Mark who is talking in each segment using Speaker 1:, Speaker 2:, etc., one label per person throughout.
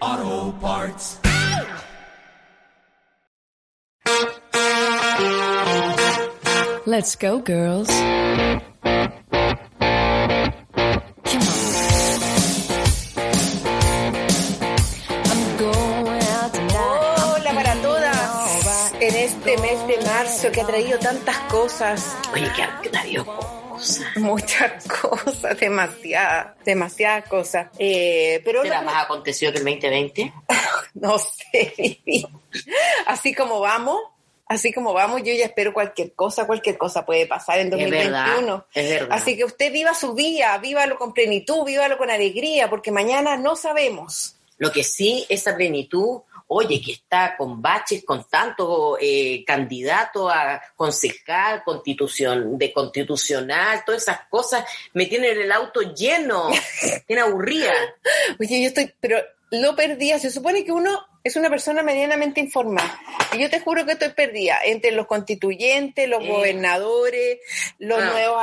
Speaker 1: Auto Parts.
Speaker 2: Let's go, girls. Come on. I'm going out tonight.
Speaker 3: Hola para todas en este mes de marzo que ha traído tantas cosas. Oye, que ha traído cosas. Muchas cosas, demasiadas, demasiadas cosas. Eh, pero
Speaker 4: ¿Qué era
Speaker 3: lo-
Speaker 4: más acontecido que el 2020?
Speaker 3: no sé, Vivi. así como vamos, así como vamos, yo ya espero cualquier cosa, cualquier cosa puede pasar en
Speaker 4: Es
Speaker 3: 2021.
Speaker 4: verdad, es verdad.
Speaker 3: Así que usted viva su día, vívalo con plenitud, vívalo con alegría, porque mañana no sabemos.
Speaker 4: Lo que sí, esa plenitud, oye, que está con baches, con tanto eh, candidato a concejal, constitución, de constitucional, todas esas cosas, me tienen el auto lleno, tiene aburrida.
Speaker 3: Oye, yo estoy, pero lo perdía. Se supone que uno es una persona medianamente informada. Y yo te juro que estoy perdida entre los constituyentes, los
Speaker 4: Eh.
Speaker 3: gobernadores, los
Speaker 4: Ah.
Speaker 3: nuevos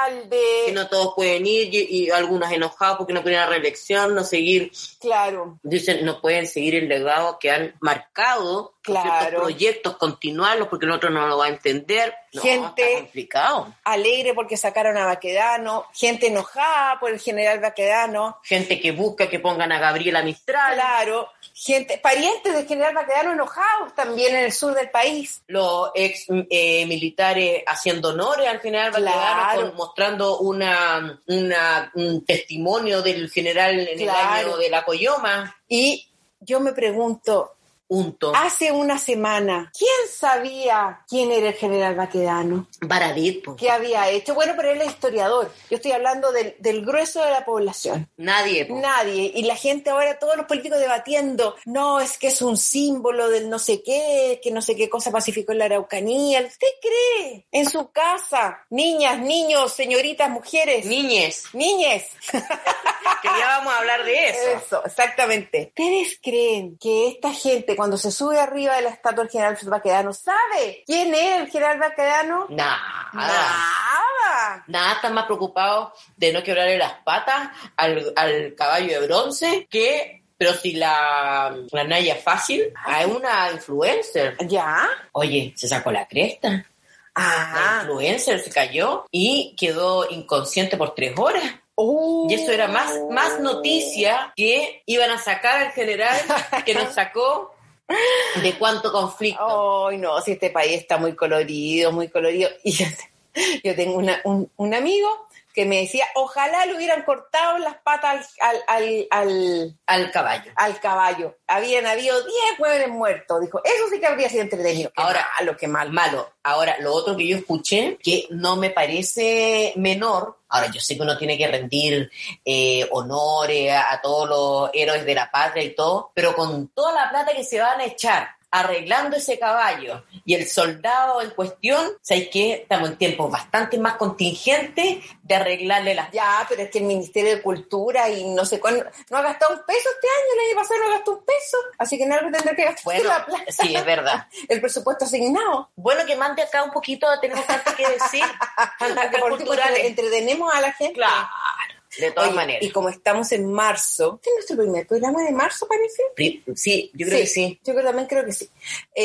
Speaker 3: alcaldes.
Speaker 4: Que no todos pueden ir y, y algunos enojados porque no pudieron la reelección, no seguir,
Speaker 3: Claro.
Speaker 4: dicen, no pueden seguir el legado que han marcado
Speaker 3: Claro.
Speaker 4: ciertos proyectos, continuarlos porque el otro no lo va a entender. No,
Speaker 3: Gente-
Speaker 4: está complicado.
Speaker 3: Alegre porque sacaron a Baquedano, gente enojada por el general Baquedano.
Speaker 4: gente que busca que pongan a Gabriela Mistral,
Speaker 3: Claro, gente, parientes del general Baquedano enojados también en el sur del país.
Speaker 4: los ex eh, militares haciendo honores al general Baquedano,
Speaker 3: Claro.
Speaker 4: con- mostrando una, una- un testimonio del general en el
Speaker 3: Claro.
Speaker 4: año de la Coyoma,
Speaker 3: Y yo me pregunto,
Speaker 4: junto.
Speaker 3: hace una semana, ¿quién sabía quién era el general Baquedano?
Speaker 4: Baradit, po.
Speaker 3: ¿Qué había hecho? Bueno, pero él es historiador. Yo estoy hablando del, del grueso de la población.
Speaker 4: nadie. po.
Speaker 3: Nadie. Y la gente ahora, todos los políticos debatiendo, no, es que es un símbolo del no sé qué, que no sé qué cosa pacificó en la Araucanía. ¿Usted cree? En su casa, niñas, niños, señoritas, mujeres,
Speaker 4: Niñes,
Speaker 3: niñes.
Speaker 4: que ya vamos a hablar de eso.
Speaker 3: Eso, exactamente. ¿Ustedes creen que esta gente, cuando se sube arriba de la estatua del general Baquedano, sabe quién es el general Baquedano?
Speaker 4: Nada.
Speaker 3: Nada.
Speaker 4: Nada están más preocupados de no quebrarle las patas al, al caballo de bronce que, pero si la, la Naya Fácil es una influencer.
Speaker 3: ¿Ya?
Speaker 4: Oye, se sacó la cresta. La
Speaker 3: Ah.
Speaker 4: influencer se cayó y quedó inconsciente por tres horas.
Speaker 3: Uh.
Speaker 4: Y eso era más, más noticia que iban a sacar al general que nos sacó de cuánto conflicto.
Speaker 3: Ay, no, si este país está muy colorido, muy colorido. Y yo, yo tengo una- un, un amigo que me decía, ojalá le hubieran cortado las patas al, al, al, al,
Speaker 4: Al caballo.
Speaker 3: al caballo. Habían habido 10 hueones muertos. Dijo, eso sí que habría sido entretenido. Qué
Speaker 4: Ahora-
Speaker 3: malo, qué
Speaker 4: Al
Speaker 3: mal.
Speaker 4: malo. Ahora, lo otro que yo escuché, que no me parece menor, ahora yo sé que uno tiene que rendir eh, honores a, a todos los héroes de la patria y todo, pero con toda la plata que se van a echar arreglando ese caballo y el soldado en cuestión, ¿sabes qué? Estamos en tiempos bastante más contingentes de arreglarle las...
Speaker 3: Ya, pero es que el Ministerio de Cultura y no sé cuándo, no ha gastado un peso este año, el año pasado no gastó un peso, así que en algo tendrá que gastar
Speaker 4: Bueno,
Speaker 3: la plata,
Speaker 4: sí, es verdad.
Speaker 3: el presupuesto asignado.
Speaker 4: Bueno, que mande acá un poquito, tenemos tanto que decir.
Speaker 3: Para que
Speaker 4: Tantas
Speaker 3: por último entre-
Speaker 4: culturales.
Speaker 3: entretenemos a la gente.
Speaker 4: Claro, de todas
Speaker 3: Oye,
Speaker 4: maneras.
Speaker 3: Y como estamos en marzo, ¿este es nuestro primer programa de marzo, parece?
Speaker 4: Pri- Sí, yo creo que sí.
Speaker 3: Yo creo- también creo que sí.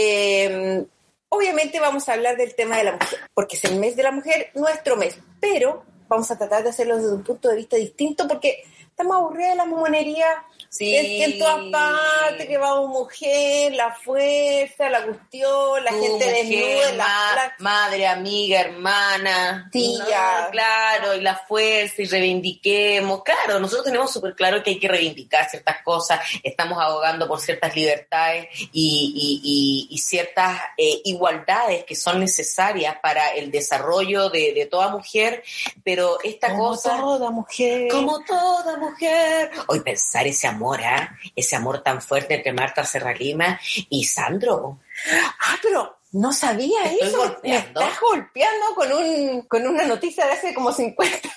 Speaker 3: Eh, obviamente vamos a hablar del tema de la mujer, porque es el mes de la mujer, nuestro mes, pero vamos a tratar de hacerlo desde un punto de vista distinto porque estamos aburridas de la monería.
Speaker 4: Sí.
Speaker 3: Es que en todas partes que vamos mujer, la fuerza, la cuestión, la
Speaker 4: Tú,
Speaker 3: gente
Speaker 4: mujer,
Speaker 3: desnuda, en la
Speaker 4: ma-
Speaker 3: plaza.
Speaker 4: madre, amiga, hermana,
Speaker 3: Tía.
Speaker 4: No, claro, y la fuerza y reivindiquemos. Claro, nosotros tenemos súper claro que hay que reivindicar ciertas cosas, estamos abogando por ciertas libertades y, y- y- y ciertas eh, igualdades que son necesarias para el desarrollo de, de toda mujer, pero esta
Speaker 3: Como
Speaker 4: cosa...
Speaker 3: toda mujer.
Speaker 4: Como toda mujer. Hoy pensar ese amor, ¿ah? Ese amor tan fuerte entre Marta Serralima y Sandro.
Speaker 3: Ah, pero no sabía
Speaker 4: Te estoy
Speaker 3: eso.
Speaker 4: golpeando.
Speaker 3: Me estás golpeando con, un, con una noticia de hace como 50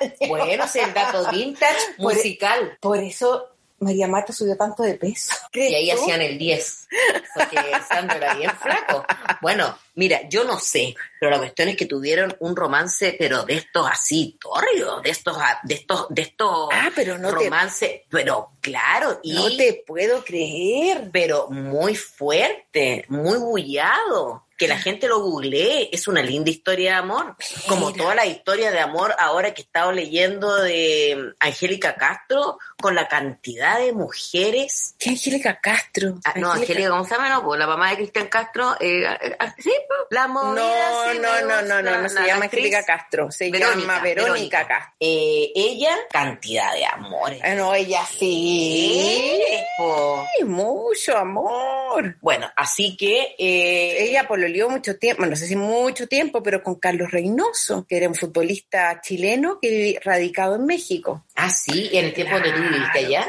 Speaker 3: años.
Speaker 4: Bueno, es el dato vintage
Speaker 3: Por-
Speaker 4: musical.
Speaker 3: Por eso María Marta subió tanto de peso.
Speaker 4: Y ahí
Speaker 3: ¿Crees tú?
Speaker 4: hacían el 10, porque Sandro era bien flaco. Bueno, mira, yo no sé, pero la cuestión es que tuvieron un romance, pero de estos así, torridos, de estos, a- de estos, de estos
Speaker 3: Ah, pero no te-
Speaker 4: romances, pero claro, y
Speaker 3: No te puedo creer.
Speaker 4: pero muy fuerte, muy bullado. Que
Speaker 3: Mm.
Speaker 4: la gente lo googlee, es una linda historia de amor. Como toda la historia de amor ahora que he estado leyendo de Angélica Castro, con la cantidad de mujeres
Speaker 3: ¿Qué Angélica Castro?
Speaker 4: Ah, no, Angélica, ¿cómo se llama? No, pues, la mamá de Cristian Castro. eh, eh, ah, sí, pues, la
Speaker 3: No,
Speaker 4: movida,
Speaker 3: no,
Speaker 4: sí,
Speaker 3: no,
Speaker 4: pues,
Speaker 3: no, no,
Speaker 4: la-
Speaker 3: no, se
Speaker 4: la
Speaker 3: llama
Speaker 4: actriz
Speaker 3: Angélica Castro, se llama Verónica, Castro.
Speaker 4: Eh, ella, cantidad de amores.
Speaker 3: Ah, no, ella sí.
Speaker 4: Sí, po.
Speaker 3: Ay, mucho amor.
Speaker 4: Bueno, así que eh,
Speaker 3: Ella pololeó mucho tiempo, bueno, no sé si mucho tiempo, pero con Carlos Reynoso, que era un futbolista chileno que vivía radicado en México.
Speaker 4: Ah, sí, en el tiempo donde tú viviste allá.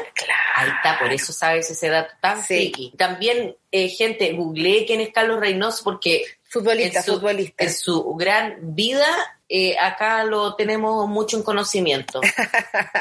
Speaker 4: Ahí está, por eso sabes ese dato tan
Speaker 3: Sí.
Speaker 4: friki. También, eh, gente, googleé quién es Carlos Reynoso porque
Speaker 3: Futbolista,
Speaker 4: en su,
Speaker 3: futbolista.
Speaker 4: en su gran vida, eh, acá lo tenemos mucho en conocimiento.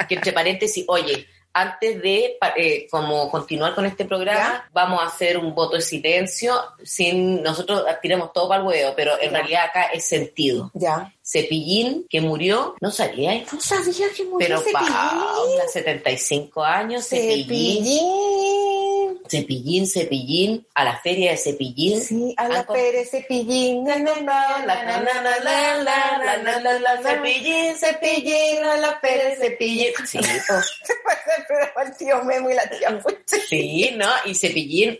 Speaker 4: que entre paréntesis, oye, antes de pa- eh, como continuar con este programa, vamos a hacer un voto de silencio. Sin nosotros tiremos todo para el huevo, pero en
Speaker 3: Ya.
Speaker 4: realidad acá es sentido.
Speaker 3: Ya.
Speaker 4: Cepillín, que murió, no salía ahí.
Speaker 3: No sabía Pues que murió
Speaker 4: Pero
Speaker 3: Cepillín.
Speaker 4: Paula, 75 años, Cepillín,
Speaker 3: Cepillín.
Speaker 4: Cepillín, Cepillín, a la feria de Cepillín.
Speaker 3: Sí, a la
Speaker 4: Algo-
Speaker 3: Pérez Cepillín. Na, na, na, la, na, na, na, la, la, la, na, la, la, Cepillín, Cepillín, a la Pérez Cepillín.
Speaker 4: Sí,
Speaker 3: Se parece al programa el tío Memo y la tía Pucha.
Speaker 4: sí, ¿no? Y Cepillín,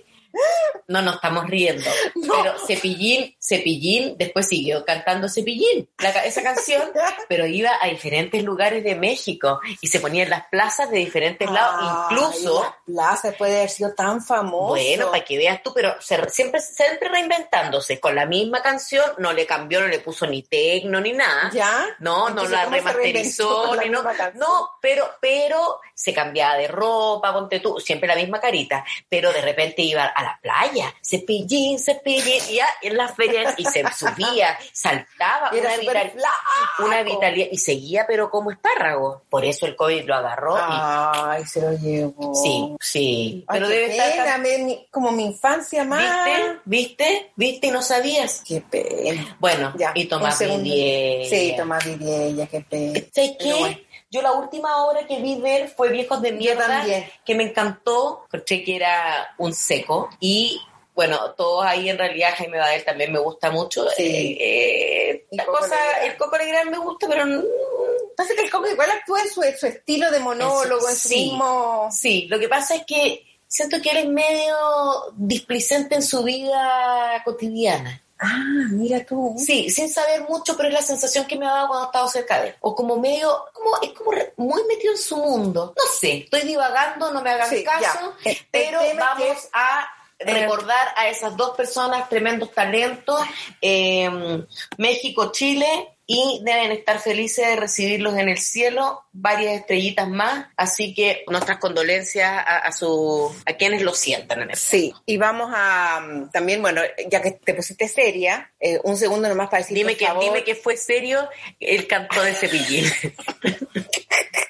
Speaker 4: no nos estamos riendo, pero Cepillín, Cepillín, después siguió cantando Cepillín, la ca- esa canción, pero iba a diferentes lugares de México y se ponía en las plazas de diferentes lados, incluso...
Speaker 3: Ay, la Plaza puede haber sido tan famoso.
Speaker 4: Bueno, para que veas tú, pero se- siempre, siempre reinventándose, con la misma canción, no le cambió, no le puso ni tecno ni nada.
Speaker 3: ¿Ya?
Speaker 4: No, no
Speaker 3: Entonces,
Speaker 4: la
Speaker 3: ¿cómo se reinventó
Speaker 4: remasterizó,
Speaker 3: con la
Speaker 4: ni no,
Speaker 3: misma canción?
Speaker 4: no, pero, pero se cambiaba de ropa, ponte tú, siempre la misma carita, pero de repente iba a la playa, cepillín, cepillín, y ya en las ferias, y se subía, saltaba,
Speaker 3: Era
Speaker 4: una,
Speaker 3: súper
Speaker 4: vital-
Speaker 3: flaco.
Speaker 4: una vitalidad, y seguía, pero como espárrago. Por eso el COVID lo agarró,
Speaker 3: Ay, se lo llevó.
Speaker 4: y Oh. sí, sí,
Speaker 3: Ah, oh. Ay,
Speaker 4: pero
Speaker 3: qué
Speaker 4: debe estar...
Speaker 3: pena, me- mi- como mi infancia más. Ah.
Speaker 4: ¿Viste? ¿Viste? ¿Viste y no sabías?
Speaker 3: Qué pena.
Speaker 4: Bueno,
Speaker 3: Ya,
Speaker 4: y
Speaker 3: un
Speaker 4: Tomás
Speaker 3: segundo.
Speaker 4: Vidiella.
Speaker 3: Sí, Tomás Vidiella, qué pena.
Speaker 4: ¿Sabes
Speaker 3: Pero bueno.
Speaker 4: qué? Yo la última obra que vi de él fue Viejos de Mierda,
Speaker 3: también.
Speaker 4: que me encantó, porque que era un seco y... Bueno, todos ahí en realidad, Jaime Badel también me gusta mucho.
Speaker 3: Sí.
Speaker 4: Eh, eh,
Speaker 3: Y
Speaker 4: la
Speaker 3: Coco
Speaker 4: cosa,
Speaker 3: Legrand.
Speaker 4: el Coco Legrand me gusta, pero no-
Speaker 3: Pasa que el cómic igual actúa en su, en su estilo de monólogo, en su
Speaker 4: sí.
Speaker 3: mismo.
Speaker 4: Sí, lo que pasa es que siento que él es medio displicente en su vida cotidiana.
Speaker 3: Ah, mira tú.
Speaker 4: Sí, sin saber mucho, pero es la sensación que me ha dado cuando he estado cerca de él. O como medio, como, es como re- muy metido en su mundo. No sé, estoy divagando, no me hagan
Speaker 3: Sí,
Speaker 4: caso,
Speaker 3: ya. El- el
Speaker 4: pero
Speaker 3: tema es
Speaker 4: vamos
Speaker 3: que-
Speaker 4: a recordar a esas dos personas, tremendos talentos, eh, México, Chile, y deben estar felices de recibirlos en el cielo, varias estrellitas más, así que nuestras condolencias a, a, su, a quienes lo sientan en el
Speaker 3: Sí, y vamos a mm, también, bueno, ya que te pusiste seria, eh, un segundo nomás para decir.
Speaker 4: Dime
Speaker 3: por
Speaker 4: que,
Speaker 3: favor.
Speaker 4: dime que fue serio el canto de Cepillín.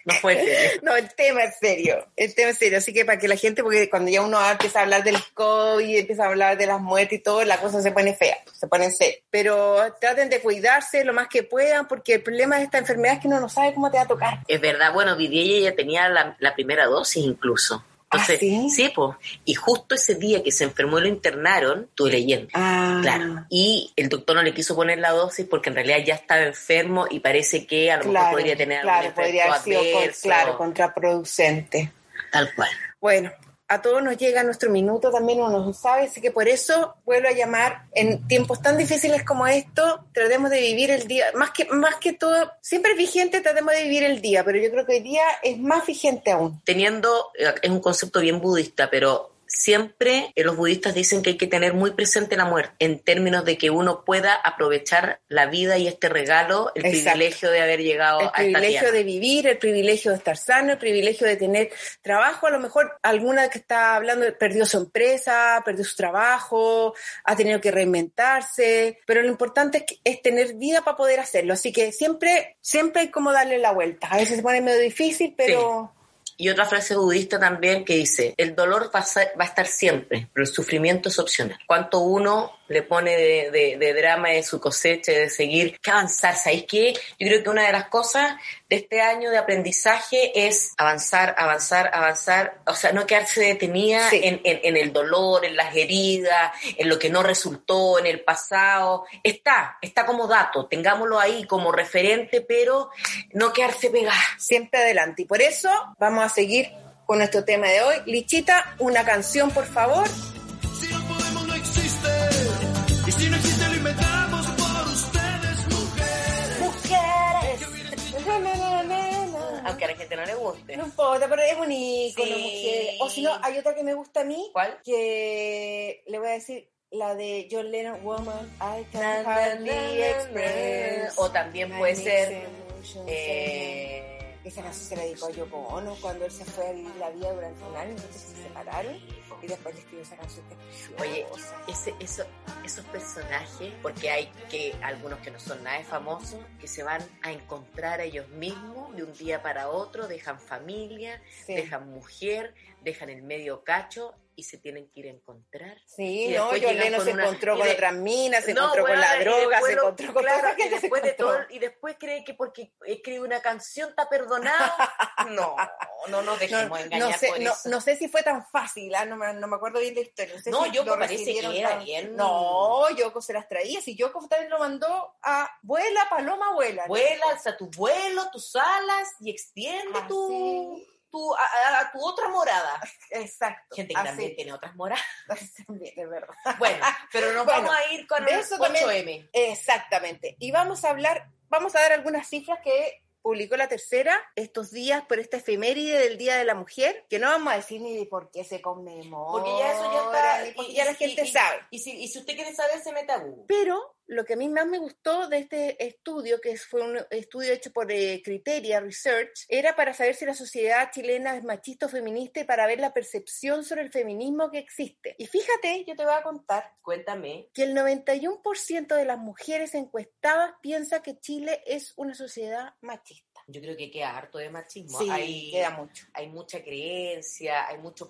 Speaker 4: no fue serio.
Speaker 3: No, el tema es serio, el tema es serio, así que para que la gente, porque cuando ya uno empieza a hablar del COVID, empieza a hablar de las muertes y todo, la cosa se pone fea, se pone seria. Pero traten de cuidarse lo más que puedan, porque el problema de esta enfermedad es que uno no sabe cómo te va a tocar.
Speaker 4: Es verdad, bueno, Vidiella ya tenía la, la primera dosis incluso. Entonces,
Speaker 3: ¿Ah, sí?
Speaker 4: pues. Y justo ese día que se enfermó y lo internaron, tú leyendo.
Speaker 3: Ah,
Speaker 4: Claro. Y el doctor no le quiso poner la dosis porque en realidad ya estaba enfermo y parece que a lo mejor podría tener algún
Speaker 3: claro,
Speaker 4: efecto
Speaker 3: podría haber sido con-
Speaker 4: adverso,
Speaker 3: claro, contraproducente.
Speaker 4: Tal cual.
Speaker 3: Bueno, a todos nos llega nuestro minuto, también uno lo sabe, así que por eso vuelvo a llamar en tiempos tan difíciles como esto, tratemos de vivir el día, más que, más que todo, siempre es vigente, tratemos de vivir el día, pero yo creo que hoy día es más vigente aún.
Speaker 4: Teniendo, eh, es un concepto bien budista, pero Siempre eh, los budistas dicen que hay que tener muy presente la muerte en términos de que uno pueda aprovechar la vida y este regalo, el
Speaker 3: Exacto.
Speaker 4: privilegio de haber llegado
Speaker 3: El
Speaker 4: a esta
Speaker 3: privilegio
Speaker 4: tierra.
Speaker 3: de vivir, el privilegio de estar sano, el privilegio de tener trabajo. A lo mejor alguna que está hablando perdió su empresa, perdió su trabajo, ha tenido que reinventarse, pero lo importante es, que- es tener vida para poder hacerlo. Así que siempre, siempre hay como darle la vuelta. A veces se pone medio difícil, pero
Speaker 4: Y otra frase budista también que dice, el dolor va a, ser- va a estar siempre, pero el sufrimiento es opcional. Cuánto uno le pone de, de- de drama de su cosecha, de seguir, que avanzar. ¿Sabéis qué? Yo creo que una de las cosas de este año de aprendizaje es avanzar, avanzar, avanzar. O sea, no quedarse detenida
Speaker 3: Sí.
Speaker 4: en, en- en el dolor, en las heridas, en lo que no resultó, en el pasado. Está, está como dato, tengámoslo ahí como referente, pero no quedarse pegada.
Speaker 3: siempre adelante. Y por eso vamos a seguir con nuestro tema de hoy. Lichita, una canción, por favor.
Speaker 1: Si no podemos, no existe. Y si no existe, lo inventamos por ustedes, mujeres.
Speaker 3: Mujeres. Na, na, na, na, na.
Speaker 4: Aunque a la gente no le guste.
Speaker 3: No importa, pero es bonito.
Speaker 4: Sí.
Speaker 3: la mujer. O si no, hay otra que me gusta a mí.
Speaker 4: ¿Cuál?
Speaker 3: Que le voy a decir la de John Lennon, Woman, I
Speaker 4: Na,
Speaker 3: can
Speaker 4: na, na,
Speaker 3: hardly
Speaker 4: na,
Speaker 3: express.
Speaker 4: na. O también
Speaker 3: my
Speaker 4: puede
Speaker 3: mixed
Speaker 4: ser.
Speaker 3: emotions and-
Speaker 4: eh,
Speaker 3: Esa canción se la dedicó a Yoko Ono cuando él se fue a vivir la vida durante un año, entonces se separaron y después le escribió esa canción que es
Speaker 4: Oye,
Speaker 3: preciosa.
Speaker 4: ese, eso- esos personajes, porque hay que algunos que no son nada de famosos, que se van a encontrar a ellos mismos de un día para otro, dejan familia,
Speaker 3: Sí.
Speaker 4: dejan mujer, dejan el medio cacho y se tienen que ir a encontrar.
Speaker 3: Sí,
Speaker 4: Y
Speaker 3: no,
Speaker 4: después
Speaker 3: John
Speaker 4: llegan
Speaker 3: Lennon
Speaker 4: con
Speaker 3: se
Speaker 4: una-
Speaker 3: encontró
Speaker 4: y
Speaker 3: con
Speaker 4: de-
Speaker 3: otras minas, se
Speaker 4: No,
Speaker 3: encontró con
Speaker 4: weona,
Speaker 3: la
Speaker 4: y
Speaker 3: droga,
Speaker 4: después
Speaker 3: se
Speaker 4: lo-
Speaker 3: encontró con
Speaker 4: claro,
Speaker 3: toda la
Speaker 4: y
Speaker 3: gente, se
Speaker 4: después de todo,
Speaker 3: encontró.
Speaker 4: y después cree que porque escribe una canción está perdonado. No, no nos
Speaker 3: No,
Speaker 4: dejemos engañar
Speaker 3: no, sé,
Speaker 4: por
Speaker 3: no,
Speaker 4: eso.
Speaker 3: no sé si fue tan fácil, ah, no, me, no me acuerdo bien de la historia. No, sé
Speaker 4: No,
Speaker 3: si
Speaker 4: Yoko
Speaker 3: lo
Speaker 4: parece que
Speaker 3: recibieron
Speaker 4: era
Speaker 3: tan-
Speaker 4: bien-
Speaker 3: No, Yoko se las traía. Si Yoko también lo mandó a vuela, paloma, vuela.
Speaker 4: Vuela alza tu vuelo, tus alas y extiende
Speaker 3: Así.
Speaker 4: tu, tu- a, a- a tu otra morada.
Speaker 3: Exacto.
Speaker 4: Gente que
Speaker 3: Así.
Speaker 4: también tiene otras moradas.
Speaker 3: También, es verdad.
Speaker 4: Bueno, pero nos
Speaker 3: Bueno,
Speaker 4: vamos a ir con
Speaker 3: de
Speaker 4: el
Speaker 3: eso también-
Speaker 4: 8M.
Speaker 3: Exactamente. Y vamos a hablar, vamos a dar algunas cifras que publicó la tercera estos días por esta efeméride del Día de la Mujer, que no vamos a decir ni de por qué se conmemora.
Speaker 4: Porque ya eso ya está.
Speaker 3: ni porque
Speaker 4: y-
Speaker 3: ya la
Speaker 4: y-
Speaker 3: gente
Speaker 4: y-
Speaker 3: sabe.
Speaker 4: Y si, y si usted quiere saber, se mete a Google.
Speaker 3: Pero lo que a mí más me gustó de este estudio, que fue un estudio hecho por eh, Criteria Research, era para saber si la sociedad chilena es machista o feminista y para ver la percepción sobre el feminismo que existe. Y fíjate, yo te voy a contar
Speaker 4: Cuéntame.
Speaker 3: que el 91% de las mujeres encuestadas piensa que Chile es una sociedad machista.
Speaker 4: Yo creo que queda harto de machismo.
Speaker 3: Sí,
Speaker 4: Hay-
Speaker 3: queda mucho.
Speaker 4: hay mucha creencia, hay mucho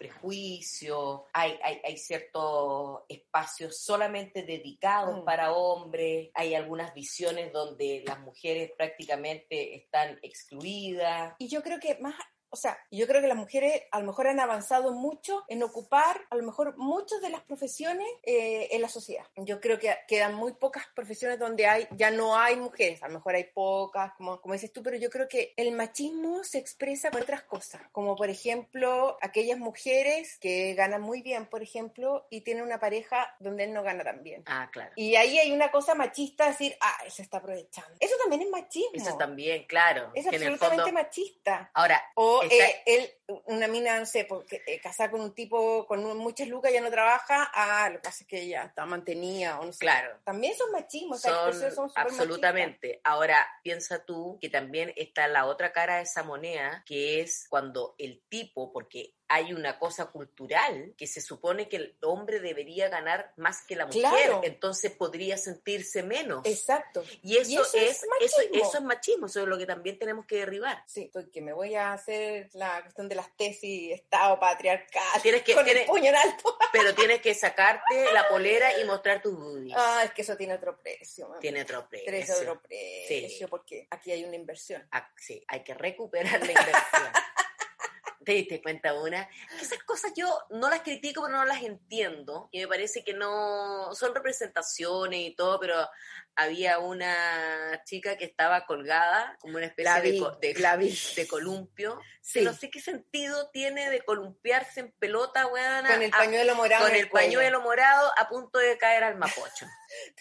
Speaker 4: prejuicio, hay, hay, hay ciertos espacios solamente dedicados
Speaker 3: Mm.
Speaker 4: para hombres, hay algunas visiones donde las mujeres prácticamente están excluidas.
Speaker 3: Y yo creo que más, o sea, yo creo que las mujeres a lo mejor han avanzado mucho en ocupar a lo mejor muchas de las profesiones eh, en la sociedad. Yo creo que quedan muy pocas profesiones donde hay, ya no hay mujeres, a lo mejor hay pocas, como, como dices tú, pero yo creo que el machismo se expresa con otras cosas, como por ejemplo aquellas mujeres que ganan muy bien, por ejemplo, y tienen una pareja donde él no gana tan bien.
Speaker 4: Ah, claro.
Speaker 3: Y ahí hay una cosa machista, decir, ah, él se está aprovechando. Eso también es machismo.
Speaker 4: Eso también, claro.
Speaker 3: Es
Speaker 4: que en el
Speaker 3: absolutamente
Speaker 4: fondo-
Speaker 3: machista.
Speaker 4: Ahora,
Speaker 3: O
Speaker 4: Está-
Speaker 3: eh, él, una mina, no sé, porque, eh, casada con un tipo con un- muchas lucas, ya no trabaja, ah, lo que pasa es que ella está mantenida, o no sé.
Speaker 4: claro.
Speaker 3: También son machismos,
Speaker 4: Son, absolutamente. Ahora, piensa tú que también está la otra cara de esa moneda, que es cuando el tipo, porque hay una cosa cultural que se supone que el hombre debería ganar más que la mujer,
Speaker 3: Claro.
Speaker 4: entonces podría sentirse menos.
Speaker 3: Exacto.
Speaker 4: y eso,
Speaker 3: y eso
Speaker 4: es,
Speaker 3: es
Speaker 4: eso,
Speaker 3: machismo.
Speaker 4: eso es machismo, eso es lo que también tenemos que derribar.
Speaker 3: Sí, estoy que me voy a hacer la cuestión de las tesis, Estado patriarcal,
Speaker 4: Tienes que-
Speaker 3: con
Speaker 4: tienes-
Speaker 3: el puño en alto.
Speaker 4: Pero tienes que sacarte la polera y mostrar tus boobies.
Speaker 3: Ah, es que eso tiene otro precio. mamá.
Speaker 4: Tiene otro
Speaker 3: Tres
Speaker 4: precio.
Speaker 3: otro precio, porque aquí hay una inversión.
Speaker 4: Ah, sí, hay que recuperar la inversión. ¿Te diste cuenta una? Que Esas cosas yo no las critico, pero no las entiendo. Y me parece que no son representaciones y todo, pero había una chica que estaba colgada como una especie
Speaker 3: La
Speaker 4: de
Speaker 3: vi,
Speaker 4: co- de,
Speaker 3: la vi.
Speaker 4: de columpio.
Speaker 3: Sí.
Speaker 4: Que No sé qué sentido tiene de columpiarse en pelota, weona,
Speaker 3: Con el
Speaker 4: a-
Speaker 3: pañuelo morado.
Speaker 4: con
Speaker 3: en
Speaker 4: el
Speaker 3: cuello.
Speaker 4: pañuelo morado a punto de caer al mapocho.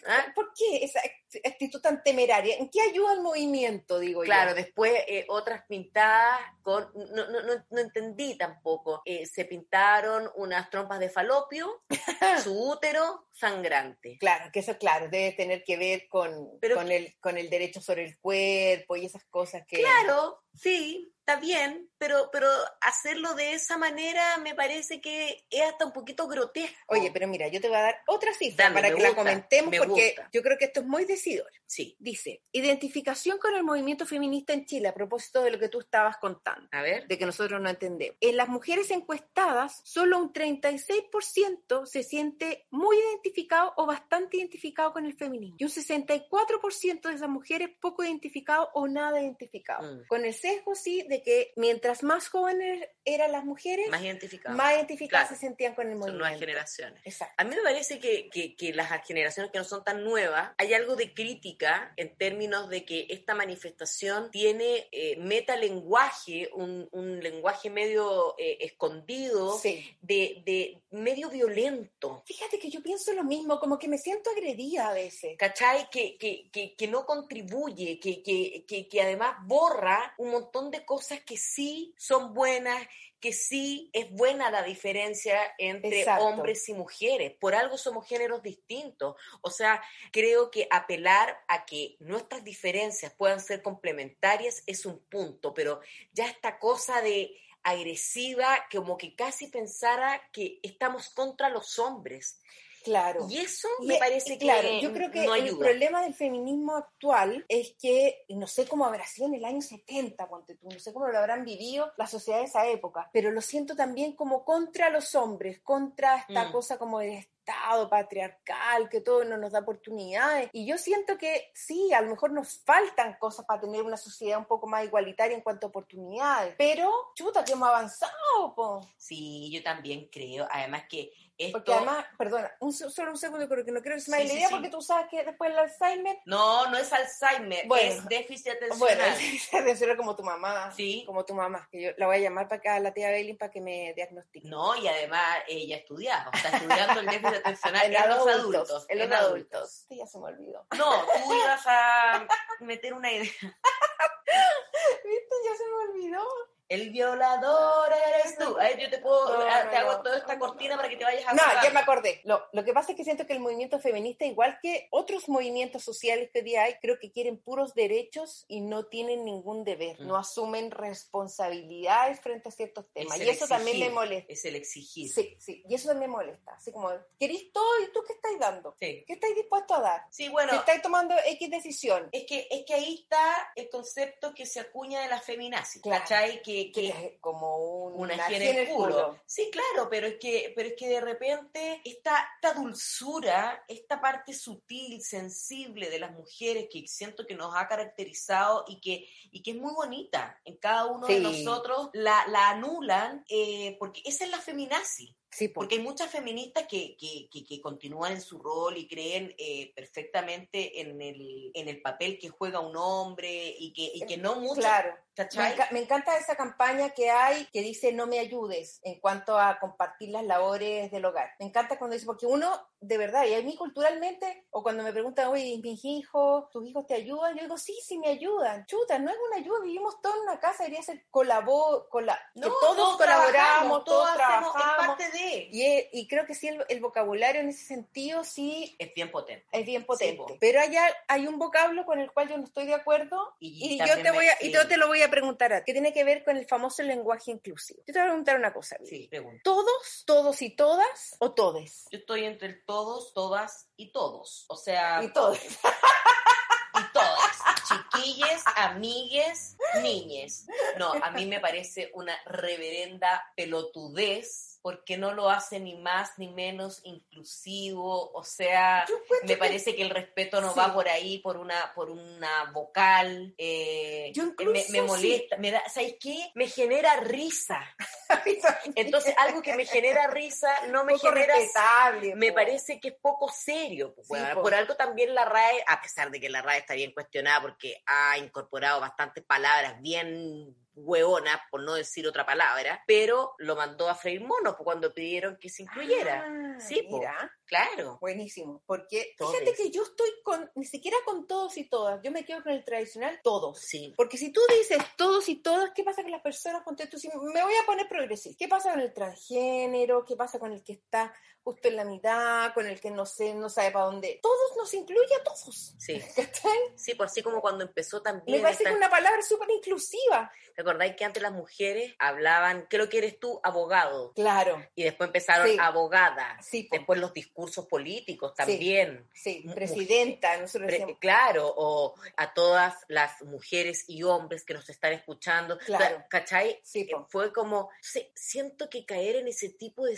Speaker 3: ¿Ah? ¿Por qué esa act- actitud tan temeraria? ¿En qué ayuda el movimiento, digo
Speaker 4: Claro,
Speaker 3: yo?
Speaker 4: después eh, otras pintadas con. No, no, no, no entendí tampoco. Eh, se pintaron unas trompas de falopio, su útero sangrante.
Speaker 3: Claro, que eso, claro, debe tener que ver con,
Speaker 4: Pero-
Speaker 3: con, el, con el derecho sobre el cuerpo y esas cosas que...
Speaker 4: Claro, sí, está bien, pero, pero hacerlo de esa manera me parece que es hasta un poquito grotesco.
Speaker 3: Oye, pero mira, yo te voy a dar otra cifra
Speaker 4: Dame,
Speaker 3: para
Speaker 4: me
Speaker 3: que la
Speaker 4: gusta,
Speaker 3: comentemos
Speaker 4: me
Speaker 3: porque
Speaker 4: gusta.
Speaker 3: yo creo que esto es muy decidor.
Speaker 4: Sí,
Speaker 3: Dice, identificación con el movimiento feminista en Chile, a propósito de lo que tú estabas contando.
Speaker 4: a ver.
Speaker 3: de que nosotros no entendemos. En las mujeres encuestadas, solo un 36% se siente muy identificado o bastante identificado con el feminismo. Y un 64% de esas mujeres poco identificado o nada identificado.
Speaker 4: Mm.
Speaker 3: Con el sesgo, sí, de que mientras más jóvenes eran las mujeres,
Speaker 4: más
Speaker 3: más,
Speaker 4: identificado.
Speaker 3: identificadas
Speaker 4: Claro.
Speaker 3: se sentían con el
Speaker 4: Son
Speaker 3: movimiento.
Speaker 4: nuevas generaciones.
Speaker 3: Exacto.
Speaker 4: A mí me parece que, que- que las generaciones que no son tan nuevas, hay algo de crítica en términos de que esta manifestación tiene eh, metalenguaje, un, un lenguaje medio eh, escondido,
Speaker 3: Sí.
Speaker 4: de, de medio violento.
Speaker 3: Fíjate que yo pienso lo mismo, como que me siento agredida a veces.
Speaker 4: ¿Cachai? Que, que, que, que no contribuye, que, que, que, que además borra un montón de cosas que sí son buenas, que sí es buena la diferencia entre
Speaker 3: Exacto.
Speaker 4: hombres y mujeres. Por algo somos géneros distintos. O sea, creo que apelar a que nuestras diferencias puedan ser complementarias es un punto, pero ya esta cosa de agresiva, como que casi pensara que estamos contra los hombres.
Speaker 3: Claro.
Speaker 4: Y eso
Speaker 3: Y
Speaker 4: me
Speaker 3: e-
Speaker 4: parece
Speaker 3: y claro,
Speaker 4: que
Speaker 3: yo creo que
Speaker 4: no
Speaker 3: el
Speaker 4: ayuda.
Speaker 3: problema del feminismo actual es que no sé cómo habrá sido en el año 70, ponte tú, no sé cómo lo habrán vivido la sociedad de esa época, pero lo siento también como contra los hombres, contra esta
Speaker 4: Mm.
Speaker 3: cosa como del Estado patriarcal, que todo no nos da oportunidades. Y yo siento que sí, a lo mejor nos faltan cosas para tener una sociedad un poco más igualitaria en cuanto a oportunidades, pero chuta, que hemos avanzado, po.
Speaker 4: Sí, yo también creo. Además que esto...
Speaker 3: Porque además, perdona, un so- solo un segundo, creo que no quiero que se me vaya
Speaker 4: Sí,
Speaker 3: la
Speaker 4: sí,
Speaker 3: idea
Speaker 4: sí.
Speaker 3: porque tú sabes que después el Alzheimer
Speaker 4: No, no es Alzheimer,
Speaker 3: Bueno.
Speaker 4: es déficit atencional.
Speaker 3: Bueno, se refiere como tu mamá.
Speaker 4: Sí.
Speaker 3: Como tu mamá. Que yo la voy a llamar para acá a la tía Belin para que me diagnostique.
Speaker 4: No, y además ella estudiaba, está estudiando el déficit atencional
Speaker 3: Ah, En
Speaker 4: en, los adultos.
Speaker 3: En los
Speaker 4: en
Speaker 3: adultos. Sí, ya se me olvidó.
Speaker 4: No, tú ibas a meter una idea.
Speaker 3: ¿Viste? Ya se me olvidó.
Speaker 4: El violador eres tú. Ay, yo te puedo,
Speaker 3: No,
Speaker 4: ah,
Speaker 3: no,
Speaker 4: te hago
Speaker 3: no.
Speaker 4: toda esta cortina para que te vayas a
Speaker 3: No, ya
Speaker 4: acordar.
Speaker 3: me acordé. Lo, lo que pasa es que siento que el movimiento feminista, igual que otros movimientos sociales que hoy día hay, creo que quieren puros derechos y no tienen ningún deber.
Speaker 4: Mm.
Speaker 3: No asumen responsabilidades frente a ciertos temas.
Speaker 4: el
Speaker 3: Y eso también me
Speaker 4: exigir,
Speaker 3: molesta.
Speaker 4: Es el exigir.
Speaker 3: Sí, sí. Y eso también me molesta. Así como, querís todo y tú qué estáis dando.
Speaker 4: Sí.
Speaker 3: ¿Qué estáis dispuesto a dar?
Speaker 4: Sí, bueno,
Speaker 3: si estáis tomando X decisión.
Speaker 4: es que, es que ahí está el concepto que se acuña de la feminazi,
Speaker 3: Claro.
Speaker 4: ¿cachai? Que,
Speaker 3: Que
Speaker 4: que
Speaker 3: es como un,
Speaker 4: una higiene en el culo. Sí, claro, pero es que, pero es que de repente esta, esta dulzura, esta parte sutil, sensible de las mujeres que siento que nos ha caracterizado y que, y que es muy bonita en cada uno de
Speaker 3: Sí.
Speaker 4: nosotros, la, la anulan eh, porque esa es la feminazi.
Speaker 3: Sí, po.
Speaker 4: Porque hay muchas feministas que, que, que- que continúan en su rol y creen eh, perfectamente en el, en el papel que juega un hombre y que, y que no mucho.
Speaker 3: Claro. Me,
Speaker 4: ¿cachai?
Speaker 3: enca- me encanta esa campaña que hay que dice no me ayudes en cuanto a compartir las labores del hogar. Me encanta cuando dice, porque uno, de verdad, y a mí culturalmente, o cuando me preguntan, oye, mis hijos, tus hijos te ayudan, yo digo, sí, sí me ayudan. Chuta, no es una ayuda, vivimos todos en una casa, debería ser colabor, cola que todos, colaboramos,
Speaker 4: trabajamos,
Speaker 3: todos
Speaker 4: hacemos-
Speaker 3: trabajamos.
Speaker 4: Es parte de.
Speaker 3: Y, es- y creo que sí, el- el vocabulario en ese sentido sí
Speaker 4: es bien potente.
Speaker 3: es bien potente.
Speaker 4: po.
Speaker 3: pero allá hay un vocablo con el cual yo no estoy de acuerdo
Speaker 4: Y
Speaker 3: y,
Speaker 4: también
Speaker 3: yo te
Speaker 4: me-
Speaker 3: voy a,
Speaker 4: sí.
Speaker 3: y yo te lo voy a preguntar a ti, que tiene que ver con el famoso lenguaje inclusivo. Yo te voy a preguntar una cosa, Vivi.
Speaker 4: Sí, pregunta.
Speaker 3: ¿Todos, todos y todas o todes?
Speaker 4: Yo estoy entre el todos, todas y todos. O sea,
Speaker 3: Y todes.
Speaker 4: y todas. Chiquilles, amigues, niñes. No, a mí me parece una reverenda pelotudez porque no lo hace ni más ni menos inclusivo. O sea,
Speaker 3: Yo encuentro
Speaker 4: me
Speaker 3: que-
Speaker 4: parece que el respeto no
Speaker 3: Sí.
Speaker 4: va por ahí, por una, por una vocal. eh,
Speaker 3: Yo
Speaker 4: me-
Speaker 3: incluso sí.
Speaker 4: me, molesta. Me da, ¿Sabes qué? Me genera risa. Entonces, algo que me genera risa no me
Speaker 3: Poco
Speaker 4: genera.
Speaker 3: respetable,
Speaker 4: Me
Speaker 3: po.
Speaker 4: parece que es poco serio. pues,
Speaker 3: Sí,
Speaker 4: weona.
Speaker 3: po.
Speaker 4: Por algo también la RAE, a pesar de que la RAE está bien cuestionada porque ha incorporado bastantes palabras bien hueonas, por no decir otra palabra, pero lo mandó a freír monos pues, cuando pidieron que se incluyera.
Speaker 3: Ah,
Speaker 4: sí, po.
Speaker 3: mira.
Speaker 4: Claro.
Speaker 3: Buenísimo, porque
Speaker 4: Todes.
Speaker 3: fíjate que yo estoy con, ni siquiera con todos y todas, yo me quedo con el tradicional todos.
Speaker 4: Sí.
Speaker 3: Porque si tú dices todos y todas, ¿qué pasa con las personas? Ponte tú, si me voy a poner progresista. ¿Qué pasa con el transgénero? ¿Qué pasa con el que está justo en la mitad? ¿Con el que no sé, no sabe para dónde? Todos nos incluye a todos.
Speaker 4: Sí.
Speaker 3: ¿Cachai?
Speaker 4: Sí, pues así como cuando empezó
Speaker 3: Me
Speaker 4: también.
Speaker 3: parece que
Speaker 4: esta-
Speaker 3: es una palabra súper inclusiva.
Speaker 4: ¿Te acordáis que antes las mujeres hablaban, creo que eres tú, abogado?
Speaker 3: Claro,
Speaker 4: Y después empezaron
Speaker 3: Sí.
Speaker 4: abogada.
Speaker 3: Sí, po.
Speaker 4: después los discursos políticos también.
Speaker 3: sí,
Speaker 4: Mu-
Speaker 3: presidenta, nosotros
Speaker 4: Pre-
Speaker 3: decíamos,
Speaker 4: claro, o a todas las mujeres y hombres que nos están escuchando.
Speaker 3: Claro.
Speaker 4: O sea, ¿Cachai?
Speaker 3: Sí, po.
Speaker 4: Eh, Fue como, sí, siento que caer en ese tipo de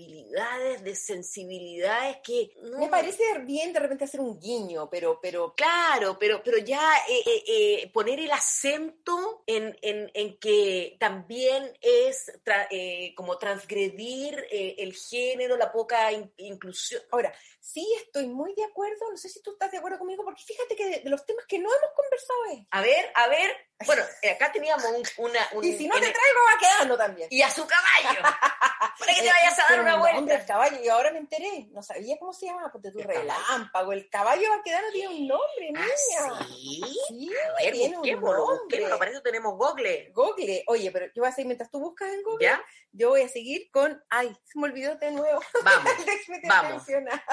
Speaker 4: susceptibilidades, de sensibilidades que... no-
Speaker 3: me parece bien de repente hacer un guiño, pero, pero,
Speaker 4: Claro, pero, pero ya eh, eh, eh, poner el acento en, en- en que también es tra- eh, como transgredir eh, el género, la poca in- inclusión.
Speaker 3: Ahora, sí estoy muy de acuerdo, no sé si tú estás de acuerdo conmigo, porque fíjate que de, de los temas que no hemos conversado es,
Speaker 4: A ver, a ver. Bueno, eh, acá teníamos un- una... un-
Speaker 3: y si no te
Speaker 4: en-
Speaker 3: traigo va quedando también.
Speaker 4: y a su caballo. Para que te vayas a dar
Speaker 3: Eh, Pero
Speaker 4: una
Speaker 3: el nombre
Speaker 4: vuelta.
Speaker 3: del caballo, y ahora me enteré, no sabía cómo se llamaba, porque tu
Speaker 4: El caballo.
Speaker 3: relámpago, el caballo va quedando, tiene un nombre, niña.
Speaker 4: ¿Ah, sí?
Speaker 3: Sí,
Speaker 4: A ver,
Speaker 3: tiene un
Speaker 4: busquémoslo, busquémoslo.
Speaker 3: nombre.
Speaker 4: Para eso tenemos Google.
Speaker 3: Google, oye, pero yo voy a seguir, mientras tú buscas en Google,
Speaker 4: ¿Ya?
Speaker 3: yo voy a seguir con, ay, se me olvidó de nuevo.
Speaker 4: Vamos.
Speaker 3: Déjame te
Speaker 4: Vamos.
Speaker 3: mencionar.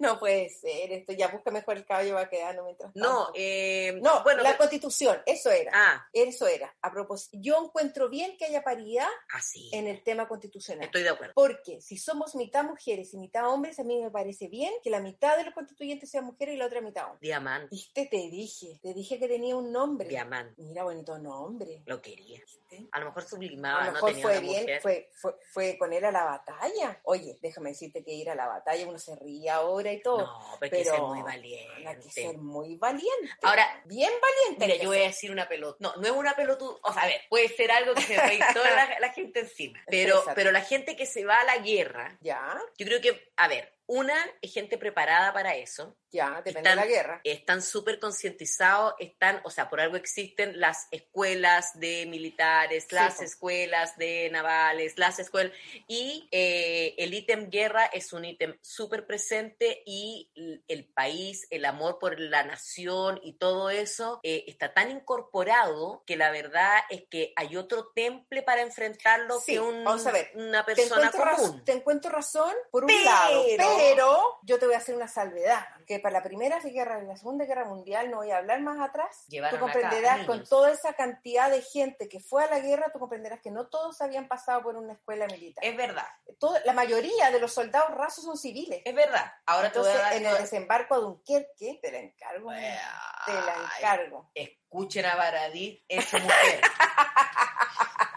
Speaker 3: no puede ser esto, ya busca mejor el caballo va quedando mientras
Speaker 4: No,
Speaker 3: tanto.
Speaker 4: eh,
Speaker 3: No,
Speaker 4: bueno.
Speaker 3: la constitución, eso era.
Speaker 4: Ah,
Speaker 3: Eso era. A propósito, yo encuentro bien que haya paridad
Speaker 4: así.
Speaker 3: en el tema constitucional.
Speaker 4: ah, Estoy de acuerdo.
Speaker 3: Porque si somos mitad mujeres y mitad hombres, a mí me parece bien que la mitad de los constituyentes sean mujeres y la otra mitad hombres.
Speaker 4: Diamante,
Speaker 3: Viste, te dije, te dije que tenía un nombre.
Speaker 4: diamante.
Speaker 3: Mira, bonito nombre.
Speaker 4: Lo quería.
Speaker 3: ¿viste?
Speaker 4: A lo mejor
Speaker 3: a
Speaker 4: sublimaba,
Speaker 3: lo
Speaker 4: no
Speaker 3: mejor
Speaker 4: tenía
Speaker 3: fue
Speaker 4: una mujer.
Speaker 3: bien, fue, fue, fue con él a la batalla. Oye, déjame decirte que ir a la batalla uno se ríe ahora y todo.
Speaker 4: No, pero hay que ser muy
Speaker 3: Hay que ser
Speaker 4: valiente.
Speaker 3: muy valiente.
Speaker 4: Ahora-
Speaker 3: bien valiente.
Speaker 4: Mira,
Speaker 3: hay que
Speaker 4: yo voy a decir una pelota. No, no es una pelotuda. O sea, a ver, puede ser algo que se reí toda la, la gente encima. Pero,
Speaker 3: Exprésate.
Speaker 4: pero la gente que se va a la guerra,
Speaker 3: Ya,
Speaker 4: yo creo que, a ver, una es gente preparada para eso.
Speaker 3: ya, depende
Speaker 4: Están-
Speaker 3: de la guerra.
Speaker 4: están súper concientizados, están, o sea, por algo existen las escuelas de militares, las
Speaker 3: pues.
Speaker 4: escuelas de navales, las escuelas, y eh, el ítem guerra es un ítem súper presente y l- el país, el amor por la nación y todo eso eh, está tan incorporado que la verdad es que hay otro temple para enfrentarlo
Speaker 3: Sí,
Speaker 4: que un-
Speaker 3: vamos a ver.
Speaker 4: una
Speaker 3: Te
Speaker 4: persona
Speaker 3: encuentro, raz-
Speaker 4: común.
Speaker 3: te encuentro razón por un
Speaker 4: Pero-
Speaker 3: lado, pero yo te voy a hacer una salvedad, que para la primera guerra y la segunda guerra mundial no voy a hablar más atrás.
Speaker 4: Llevaron
Speaker 3: tú comprenderás
Speaker 4: acá
Speaker 3: con
Speaker 4: niños.
Speaker 3: toda esa cantidad de gente que fue a la guerra, tú comprenderás que no todos habían pasado por una escuela militar.
Speaker 4: Es verdad,
Speaker 3: Todo- la mayoría de los soldados rasos son civiles.
Speaker 4: es verdad. Ahora
Speaker 3: Entonces,
Speaker 4: te voy a dar-
Speaker 3: en el desembarco a Dunkerque, te la encargo, te la
Speaker 4: Ay,
Speaker 3: encargo.
Speaker 4: escuchen a Baradí, hecha mujer.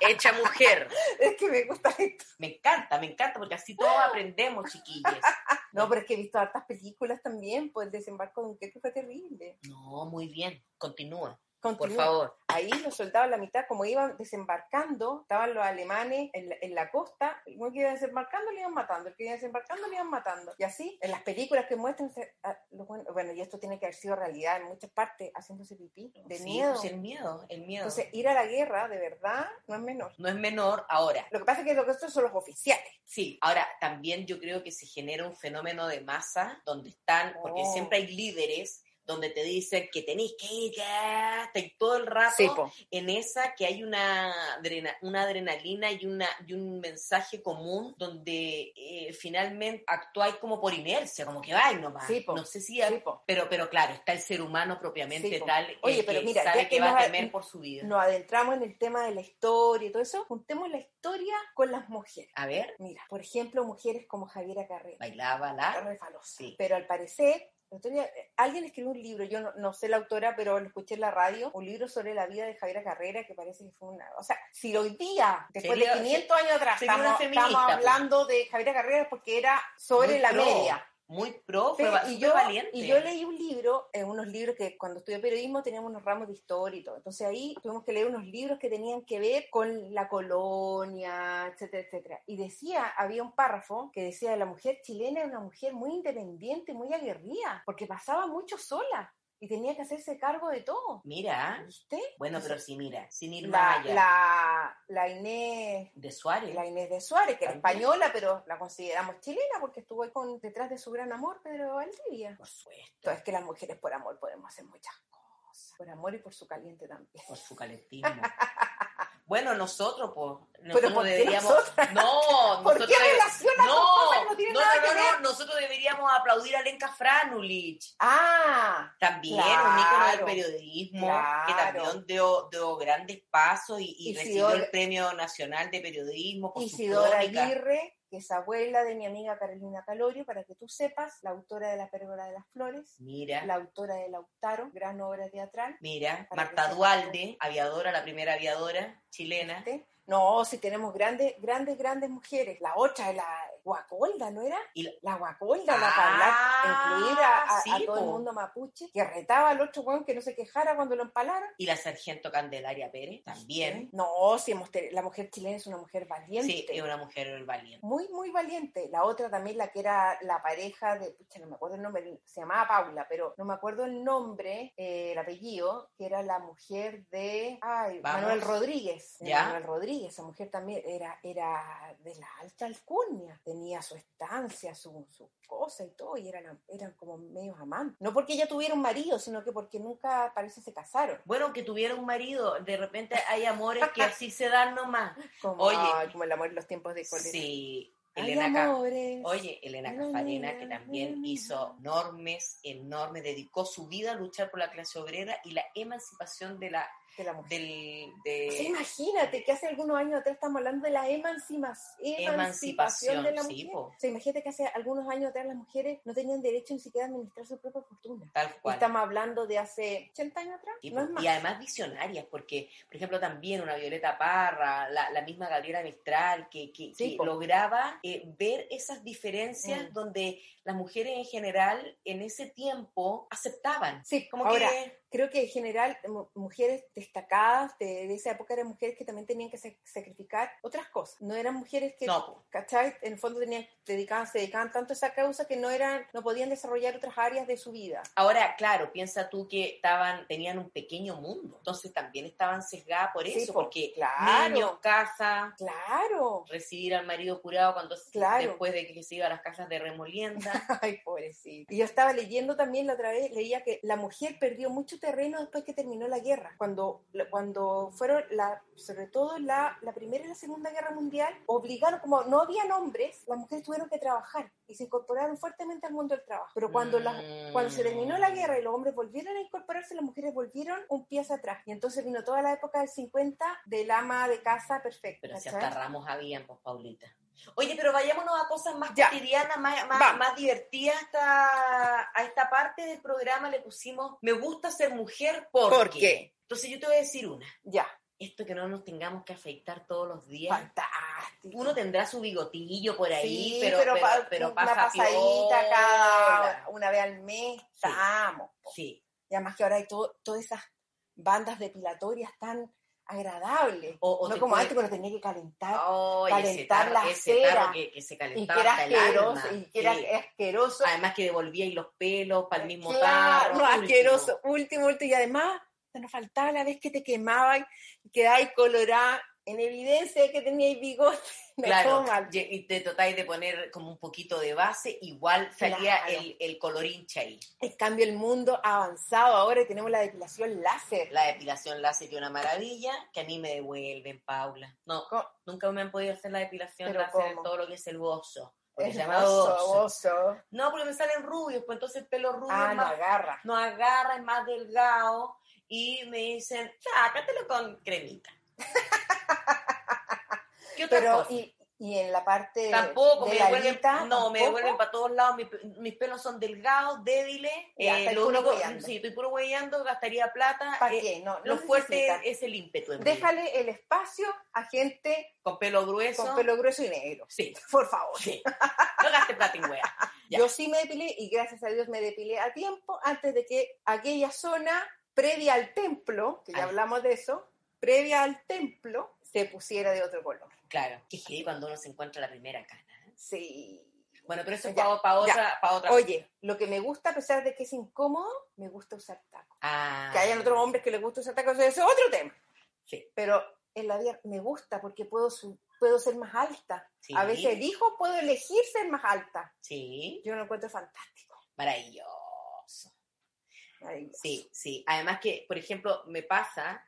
Speaker 4: hecha mujer.
Speaker 3: Es que me gusta esto.
Speaker 4: Me encanta, me encanta, porque así todos aprendemos, chiquillas.
Speaker 3: No, pero es que he visto hartas películas también, pues el desembarco de Dunkerque fue terrible.
Speaker 4: No, muy bien. Continúa, por
Speaker 3: Continúa.
Speaker 4: favor.
Speaker 3: Ahí los soldados, la mitad, como iban desembarcando, estaban los alemanes en la, en la costa, el que iba desembarcando le iban matando, el que iba desembarcando le iban matando. Y así, en las películas que muestran, se- a- los buen- bueno, y esto tiene que haber sido realidad en muchas partes, haciéndose pipí, de
Speaker 4: Sí,
Speaker 3: miedo.
Speaker 4: pues el miedo, el miedo.
Speaker 3: Entonces, ir a la guerra, de verdad, no es menor.
Speaker 4: no es menor ahora.
Speaker 3: Lo que pasa es que lo que estos son los oficiales.
Speaker 4: Sí, ahora también yo creo que se genera un fenómeno de masa donde están, porque
Speaker 3: Oh.
Speaker 4: siempre hay líderes donde te dicen que tenéis que ir, que estáis todo el rato en esa que hay una, adrena- una adrenalina y, una, y un mensaje común donde eh, finalmente actuáis como por inercia, como que vais nomás.
Speaker 3: Sí, po.
Speaker 4: No sé si...
Speaker 3: Sí, po.
Speaker 4: Pero, pero claro, está el ser humano propiamente
Speaker 3: Sí, po.
Speaker 4: tal eh,
Speaker 3: Oye, pero
Speaker 4: que
Speaker 3: mira, ya
Speaker 4: sabe
Speaker 3: que
Speaker 4: que va
Speaker 3: nos
Speaker 4: a
Speaker 3: ha-
Speaker 4: temer por su vida.
Speaker 3: Nos adentramos en el tema de la historia y todo eso, juntemos la historia con las mujeres.
Speaker 4: A ver,
Speaker 3: Mira, por ejemplo, mujeres como Javiera Carrera.
Speaker 4: bailaba la...
Speaker 3: Carmen Falosa.
Speaker 4: Sí.
Speaker 3: Pero al parecer, el otro día, eh, alguien escribió un libro, yo no, no sé la autora, pero lo escuché en la radio, un libro sobre la vida de Javiera Carrera, que parece que fue una... O sea, si hoy día, después
Speaker 4: Sería-
Speaker 3: de 500 años atrás,
Speaker 4: sería una
Speaker 3: estamos,
Speaker 4: feminista,
Speaker 3: estamos
Speaker 4: pues.
Speaker 3: hablando de Javiera Carrera porque era sobre
Speaker 4: muy
Speaker 3: la
Speaker 4: pro,
Speaker 3: media.
Speaker 4: Muy pro,
Speaker 3: Sí,
Speaker 4: fue va-
Speaker 3: y,
Speaker 4: súper
Speaker 3: yo,
Speaker 4: valiente.
Speaker 3: y yo leí un libro, eh, unos libros que cuando estudié periodismo teníamos unos ramos de historia y todo. Entonces ahí tuvimos que leer unos libros que tenían que ver con la colonia, etcétera, etcétera. Y decía, había un párrafo que decía, la mujer chilena era una mujer muy independiente, muy aguerrida, porque pasaba mucho sola. y tenía que hacerse cargo de todo.
Speaker 4: Mira,
Speaker 3: ¿Viste?
Speaker 4: bueno, pero sí, mira, sin ir
Speaker 3: La,
Speaker 4: más allá
Speaker 3: la, la Inés.
Speaker 4: de Suárez.
Speaker 3: La Inés de Suárez, que era
Speaker 4: También.
Speaker 3: española, pero la consideramos chilena porque estuvo ahí con, detrás de su gran amor, Pedro Valdivia.
Speaker 4: Por supuesto,
Speaker 3: Entonces, que las mujeres por amor podemos hacer muchas cosas. Por amor y por su caliente también.
Speaker 4: por su calentismo. Bueno, nosotros, pues,
Speaker 3: Pero ¿por
Speaker 4: nosotros
Speaker 3: qué
Speaker 4: deberíamos.
Speaker 3: nosotras?
Speaker 4: No,
Speaker 3: ¿Por
Speaker 4: nosotros
Speaker 3: qué
Speaker 4: debe-
Speaker 3: relaciona
Speaker 4: no,
Speaker 3: con cosas que no tienen
Speaker 4: no,
Speaker 3: nada
Speaker 4: no,
Speaker 3: que
Speaker 4: no,
Speaker 3: ver?
Speaker 4: no, nosotros deberíamos aplaudir a Lenka Franulich.
Speaker 3: Ah,
Speaker 4: También, un ícono
Speaker 3: Claro.
Speaker 4: del periodismo,
Speaker 3: Claro.
Speaker 4: que también dio, dio grandes pasos y, y
Speaker 3: Y
Speaker 4: recibió
Speaker 3: Sidor-
Speaker 4: el Premio Nacional de Periodismo por su
Speaker 3: Isidora
Speaker 4: crónica.
Speaker 3: Aguirre, que es abuela de mi amiga Carolina Calorio, para que tú sepas, la autora de La Pérgola de las Flores,
Speaker 4: Mira,
Speaker 3: la autora de Lautaro, gran obra teatral. Para
Speaker 4: mira,
Speaker 3: que
Speaker 4: Marta
Speaker 3: sepa.
Speaker 4: Dualde, aviadora, la primera aviadora chilena.
Speaker 3: ¿viste? No, si tenemos grandes, grandes, grandes mujeres. La otra es la Guacolda, ¿no era?
Speaker 4: Y la-
Speaker 3: La Guacolda, la
Speaker 4: Ah,
Speaker 3: para hablar, incluir a, a-
Speaker 4: sí,
Speaker 3: a todo el
Speaker 4: po.
Speaker 3: mundo mapuche, que retaba al otro weón que no se quejara cuando lo empalaran.
Speaker 4: Y la sargento Candelaria Pérez,
Speaker 3: ¿Eh?
Speaker 4: también.
Speaker 3: No, si hemos tenido- la mujer chilena es una mujer valiente.
Speaker 4: Sí, es una mujer valiente.
Speaker 3: Muy, muy valiente. La otra también, la que era la pareja de, pucha, no me acuerdo el nombre, se llamaba Paula, pero no me acuerdo el nombre, eh, el apellido, que era la mujer de ay,
Speaker 4: Vamos.
Speaker 3: Manuel Rodríguez. De
Speaker 4: ¿Ya?
Speaker 3: Manuel Rodríguez, esa mujer también era, era de la alta alcurnia, tenía su estancia, su, su cosa y todo, y eran, eran como medios amantes. No porque ella tuviera un marido, sino que porque nunca parece se casaron.
Speaker 4: Bueno, que tuviera un marido, de repente hay amores que así se dan nomás.
Speaker 3: Como,
Speaker 4: Oye.
Speaker 3: ay, como el amor en los tiempos de cólera.
Speaker 4: Sí,
Speaker 3: Ay,
Speaker 4: Elena Ca-
Speaker 3: amores.
Speaker 4: Oye, Elena Cafarena, que también hizo enormes, enormes, dedicó su vida a luchar por la clase obrera y la emancipación de la,
Speaker 3: de la mujer.
Speaker 4: del,
Speaker 3: O sea,
Speaker 4: de
Speaker 3: imagínate que hace algunos años atrás estamos hablando de la emancipa- emancipación
Speaker 4: Emancipación,
Speaker 3: de la
Speaker 4: sí,
Speaker 3: mujer.
Speaker 4: po.
Speaker 3: O sea, imagínate que hace algunos años atrás las mujeres no tenían derecho ni siquiera a administrar su propia fortuna.
Speaker 4: tal cual.
Speaker 3: Estamos hablando de hace 80 años atrás,
Speaker 4: Tipo,
Speaker 3: no es más.
Speaker 4: y además visionarias, porque, por ejemplo, también una Violeta Parra, la, la misma Gabriela Mistral, que, que-
Speaker 3: Sí,
Speaker 4: que
Speaker 3: po.
Speaker 4: lograba eh, ver esas diferencias
Speaker 3: Mm.
Speaker 4: donde las mujeres en general en ese tiempo aceptaban.
Speaker 3: Sí,
Speaker 4: Como
Speaker 3: ahora,
Speaker 4: que
Speaker 3: creo que en general mu- mujeres destacadas de, de esa época eran mujeres que también tenían que sac- sacrificar otras cosas. No eran mujeres que,
Speaker 4: No, po.
Speaker 3: ¿cachai? En el fondo tenían, dedicaban, se dedicaban tanto a esa causa que no eran, no podían desarrollar otras áreas de su vida.
Speaker 4: Ahora, claro, piensa tú que estaban, tenían un pequeño mundo, entonces también estaban sesgadas por
Speaker 3: Sí,
Speaker 4: eso,
Speaker 3: po,
Speaker 4: porque
Speaker 3: claro.
Speaker 4: niños, casa,
Speaker 3: Claro.
Speaker 4: recibir al marido curado cuando se-
Speaker 3: Claro.
Speaker 4: después de que se iba a las casas de remolienda.
Speaker 3: Ay, pobrecito. Y yo estaba leyendo también la otra vez, leía que la mujer perdió mucho terreno después que terminó la guerra. Cuando, cuando fueron, la, sobre todo la, la Primera y la Segunda Guerra Mundial, obligaron, como no habían hombres, las mujeres tuvieron que trabajar y se incorporaron fuertemente al mundo del trabajo. Pero cuando, la-
Speaker 4: Mm.
Speaker 3: cuando se terminó la guerra y los hombres volvieron a incorporarse, las mujeres volvieron un pie hacia atrás. Y entonces vino toda la época del 50 del ama de casa perfecta.
Speaker 4: Pero si
Speaker 3: ¿cachai?
Speaker 4: hasta ramos habían, pues, Paulita. Oye, pero vayámonos a cosas más
Speaker 3: Ya.
Speaker 4: cotidianas, más, más,
Speaker 3: Vamos.
Speaker 4: más divertidas. Hasta, a esta parte del programa le pusimos, me gusta ser mujer porque...
Speaker 3: ¿Por qué?
Speaker 4: Entonces yo te voy a decir una.
Speaker 3: Ya,
Speaker 4: Esto que no nos tengamos que afeitar todos los días.
Speaker 3: fantástico.
Speaker 4: Uno tendrá su bigotillo por ahí,
Speaker 3: Sí,
Speaker 4: pero, pero,
Speaker 3: pa-
Speaker 4: pero
Speaker 3: una
Speaker 4: pasa
Speaker 3: pasadita
Speaker 4: piola.
Speaker 3: cada una vez al mes, estamos.
Speaker 4: Sí.
Speaker 3: Y además que ahora hay todo- todas esas bandas depilatorias tan agradables.
Speaker 4: O- o
Speaker 3: no
Speaker 4: te
Speaker 3: como
Speaker 4: puede- Oh,
Speaker 3: antes, pero tenía que calentar.
Speaker 4: Ay, ese
Speaker 3: Calentar
Speaker 4: tarro,
Speaker 3: la
Speaker 4: ese tarro
Speaker 3: cera.
Speaker 4: que, que se
Speaker 3: y
Speaker 4: calentaba
Speaker 3: que era
Speaker 4: hasta el alma.
Speaker 3: asqueroso, y que era
Speaker 4: Sí.
Speaker 3: asqueroso.
Speaker 4: Además que devolvíais los pelos para el mismo
Speaker 3: Claro,
Speaker 4: tarro. último.
Speaker 3: asqueroso, último, último. Y además, nos faltaba la vez que te quemaban y quedabas colorada en evidencia de que tenías bigote. No,
Speaker 4: Claro,
Speaker 3: todo mal.
Speaker 4: y y te tratáis de poner como un poquito de base, igual salía
Speaker 3: Claro.
Speaker 4: el, el colorinche ahí.
Speaker 3: En cambio, el mundo ha avanzado ahora y tenemos la depilación láser.
Speaker 4: La depilación láser que una maravilla, que a mí me devuelven, Paula. No,
Speaker 3: Co-
Speaker 4: nunca me han podido hacer la depilación
Speaker 3: ¿Pero
Speaker 4: láser,
Speaker 3: cómo?
Speaker 4: todo lo que es el bozo. Porque
Speaker 3: Es
Speaker 4: se llama bozo.
Speaker 3: oso.
Speaker 4: No, porque me salen rubios, pues entonces el pelo rubio
Speaker 3: Ah,
Speaker 4: es
Speaker 3: no
Speaker 4: más
Speaker 3: agarra.
Speaker 4: no agarra, es más delgado. Y me dicen, sácatelo con cremita. ¿Qué otra
Speaker 3: Pero,
Speaker 4: cosa?
Speaker 3: y, y en la parte
Speaker 4: tampoco,
Speaker 3: de
Speaker 4: me
Speaker 3: la
Speaker 4: devuelven,
Speaker 3: alita,
Speaker 4: no, me
Speaker 3: tampoco.
Speaker 4: devuelven para todos lados, mi- mis, pelos son delgados, débiles.
Speaker 3: Ya,
Speaker 4: eh,
Speaker 3: estáis
Speaker 4: lo
Speaker 3: puro
Speaker 4: único-
Speaker 3: hueveando.
Speaker 4: sí, estoy puro hueveando, gastaría plata.
Speaker 3: ¿Para
Speaker 4: eh,
Speaker 3: qué? No, no
Speaker 4: lo fuerte
Speaker 3: necesita.
Speaker 4: es el ímpetu. en mí.
Speaker 3: Déjale el espacio a gente
Speaker 4: Con pelo grueso.
Speaker 3: con pelo grueso y negro.
Speaker 4: Sí,
Speaker 3: Por favor.
Speaker 4: sí. No gastes plata en hueá. Ya.
Speaker 3: Yo sí me depilé y gracias a Dios me depilé a tiempo antes de que aquella zona previa al templo, que ya
Speaker 4: Ay.
Speaker 3: hablamos de eso, previa al templo, se pusiera de otro color.
Speaker 4: Claro, que heavy cuando uno se encuentra la primera cana. ¿eh?
Speaker 3: Sí.
Speaker 4: Bueno, pero eso es
Speaker 3: Ya,
Speaker 4: para otra,
Speaker 3: ya.
Speaker 4: pa' otra.
Speaker 3: Oye, lo que me gusta, a pesar de que es incómodo, me gusta usar tacos.
Speaker 4: Ah,
Speaker 3: Que hayan otros hombres que les gusta usar tacos, ese es otro tema.
Speaker 4: Sí.
Speaker 3: Pero en la vida me gusta porque puedo, su- puedo ser más alta.
Speaker 4: Sí.
Speaker 3: A veces elijo, puedo elegir ser más alta.
Speaker 4: Sí,
Speaker 3: Yo lo encuentro fantástico.
Speaker 4: maravilloso.
Speaker 3: maravilloso.
Speaker 4: Sí, sí. Además que, por ejemplo, me pasa,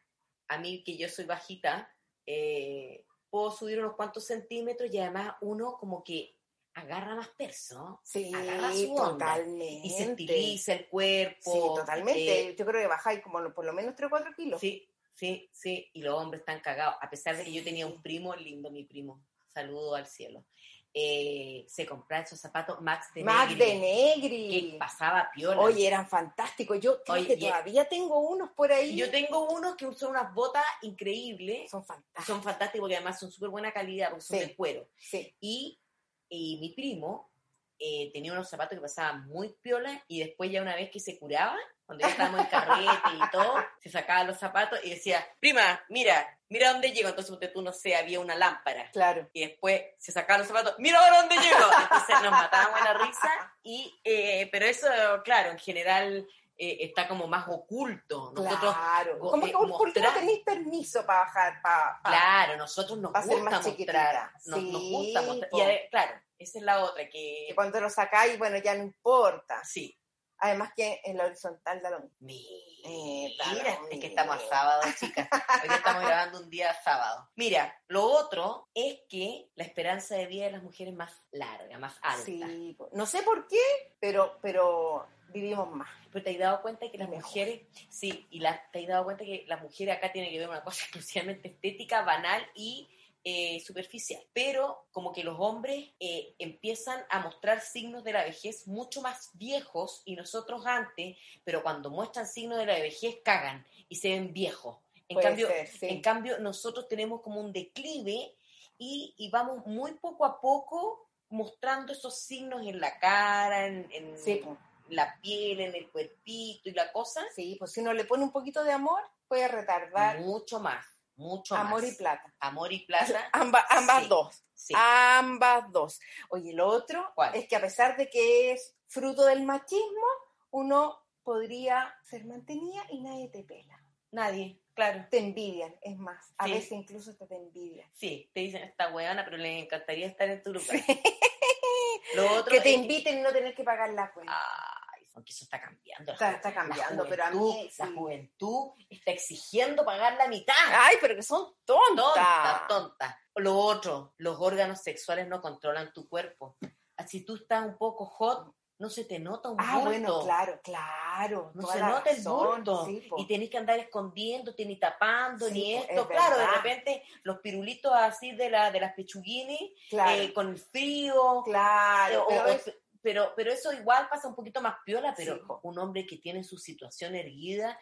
Speaker 4: a mí que yo soy bajita, eh, puedo subir unos cuantos centímetros y además uno como que agarra más peso
Speaker 3: Sí,
Speaker 4: Agarra su onda
Speaker 3: totalmente.
Speaker 4: y se estiliza el cuerpo.
Speaker 3: Sí, totalmente.
Speaker 4: eh,
Speaker 3: Yo creo que bajáis como lo- por lo menos 3 o 4 kilos.
Speaker 4: sí, sí, sí. Y los hombres están cagados. A pesar de que yo tenía un primo, lindo mi primo, saludo al cielo. eh, se compraba esos zapatos Max de
Speaker 3: Max de
Speaker 4: Negri, que
Speaker 3: Negri.
Speaker 4: pasaba piola.
Speaker 3: Oye, eran fantásticos. Yo creo
Speaker 4: Oye,
Speaker 3: que
Speaker 4: y- e
Speaker 3: todavía tengo unos por ahí.
Speaker 4: Yo tengo unos que son unas botas increíbles,
Speaker 3: Son fantásticos.
Speaker 4: son fantásticos porque además son súper buena calidad, porque son
Speaker 3: Sí.
Speaker 4: de cuero.
Speaker 3: Sí.
Speaker 4: Y, y mi primo eh, tenía unos zapatos que pasaban muy piola y después ya una vez que se curaba, cuando ya estábamos en carrete y todo, se sacaba los zapatos y decía, prima, mira, mira dónde llego. Entonces ponte tú, no sé, había una lámpara.
Speaker 3: Claro.
Speaker 4: Y después se sacaba los zapatos, mira ahora dónde llego. Entonces nos matábamos la risa. Y, eh, pero eso, claro, en general eh, está como más oculto. Nosotros
Speaker 3: claro.
Speaker 4: go-
Speaker 3: Como
Speaker 4: eh,
Speaker 3: que un ¿por qué no
Speaker 4: mostrar-
Speaker 3: tenéis permiso para bajar? Para,
Speaker 4: Claro, nosotros nos
Speaker 3: Ah, Va a ser
Speaker 4: gusta
Speaker 3: más
Speaker 4: mostrar.
Speaker 3: chiquitita.
Speaker 4: Nos,
Speaker 3: Sí,
Speaker 4: nos gusta mostrar.
Speaker 3: po.
Speaker 4: Y ade- claro, esa es la otra que.
Speaker 3: Que cuando lo sacáis, bueno, ya no importa.
Speaker 4: Sí.
Speaker 3: Además que en la horizontal da lo mismo.
Speaker 4: Mira,
Speaker 3: Mira,
Speaker 4: es que
Speaker 3: mira.
Speaker 4: estamos a sábado, chicas. Hoy día estamos grabando un día sábado. Mira, lo otro es que la esperanza de vida de las mujeres es más larga, más alta.
Speaker 3: Sí, po- no sé por qué, pero, pero vivimos más.
Speaker 4: Pero te has dado cuenta que las
Speaker 3: Mejor.
Speaker 4: mujeres, sí, y la, te has dado cuenta que las mujeres acá tienen que ver una cosa exclusivamente estética, banal y eh, superficial. Pero como que los hombres eh, empiezan a mostrar signos de la vejez mucho más viejos y nosotros antes, pero cuando muestran signos de la vejez cagan y se ven viejos. En
Speaker 3: Puede
Speaker 4: cambio,
Speaker 3: ser, sí.
Speaker 4: en cambio, nosotros tenemos como un declive y, y vamos muy poco a poco mostrando esos signos en la cara, en, en-
Speaker 3: Sí, po.
Speaker 4: la piel, en el cuerpito y la cosa,
Speaker 3: sí, pues si uno le pone un poquito de amor, puede retardar
Speaker 4: mucho más, mucho
Speaker 3: amor
Speaker 4: más.
Speaker 3: y Ah, plata.
Speaker 4: Amor y plata.
Speaker 3: Amba- ambas
Speaker 4: Sí.
Speaker 3: dos.
Speaker 4: Sí.
Speaker 3: Ambas dos. Oye, lo otro
Speaker 4: ¿Cuál?
Speaker 3: es que a pesar de que es fruto del machismo, uno podría ser mantenida y nadie te pela.
Speaker 4: Nadie, claro.
Speaker 3: Te envidian, es más. A
Speaker 4: Sí.
Speaker 3: veces incluso hasta te envidian.
Speaker 4: Sí, te dicen esta huevona, pero le encantaría estar en tu lugar. Lo otro
Speaker 3: Que te
Speaker 4: es-
Speaker 3: inviten y no tener que pagar la cuenta.
Speaker 4: Ay, aunque eso está cambiando. la
Speaker 3: Está-
Speaker 4: ju-
Speaker 3: está
Speaker 4: la
Speaker 3: cambiando, pero a
Speaker 4: juventud-
Speaker 3: mí,
Speaker 4: La
Speaker 3: sí. Ah,
Speaker 4: juventud está exigiendo pagar la mitad.
Speaker 3: Ay, pero que son tontas.
Speaker 4: tonta, tonta. Lo otro, los órganos sexuales no controlan tu cuerpo. Si tú estás un poco hot, no se te nota un
Speaker 3: Ah,
Speaker 4: bulto.
Speaker 3: bueno, claro, claro.
Speaker 4: No
Speaker 3: toda
Speaker 4: se
Speaker 3: la
Speaker 4: nota el
Speaker 3: razón,
Speaker 4: bulto.
Speaker 3: sí, po.
Speaker 4: y tenés que andar escondiéndote, ni tapando,
Speaker 3: Sí,
Speaker 4: ni
Speaker 3: po,
Speaker 4: esto.
Speaker 3: es
Speaker 4: claro, de
Speaker 3: verdad.
Speaker 4: repente los pirulitos así de, la, de las pechuguines,
Speaker 3: claro,
Speaker 4: eh, con el frío.
Speaker 3: claro.
Speaker 4: o-
Speaker 3: pero
Speaker 4: o-
Speaker 3: es-
Speaker 4: pero, pero eso igual pasa un poquito más piola, pero
Speaker 3: Sí, po.
Speaker 4: un hombre que tiene su situación erguida,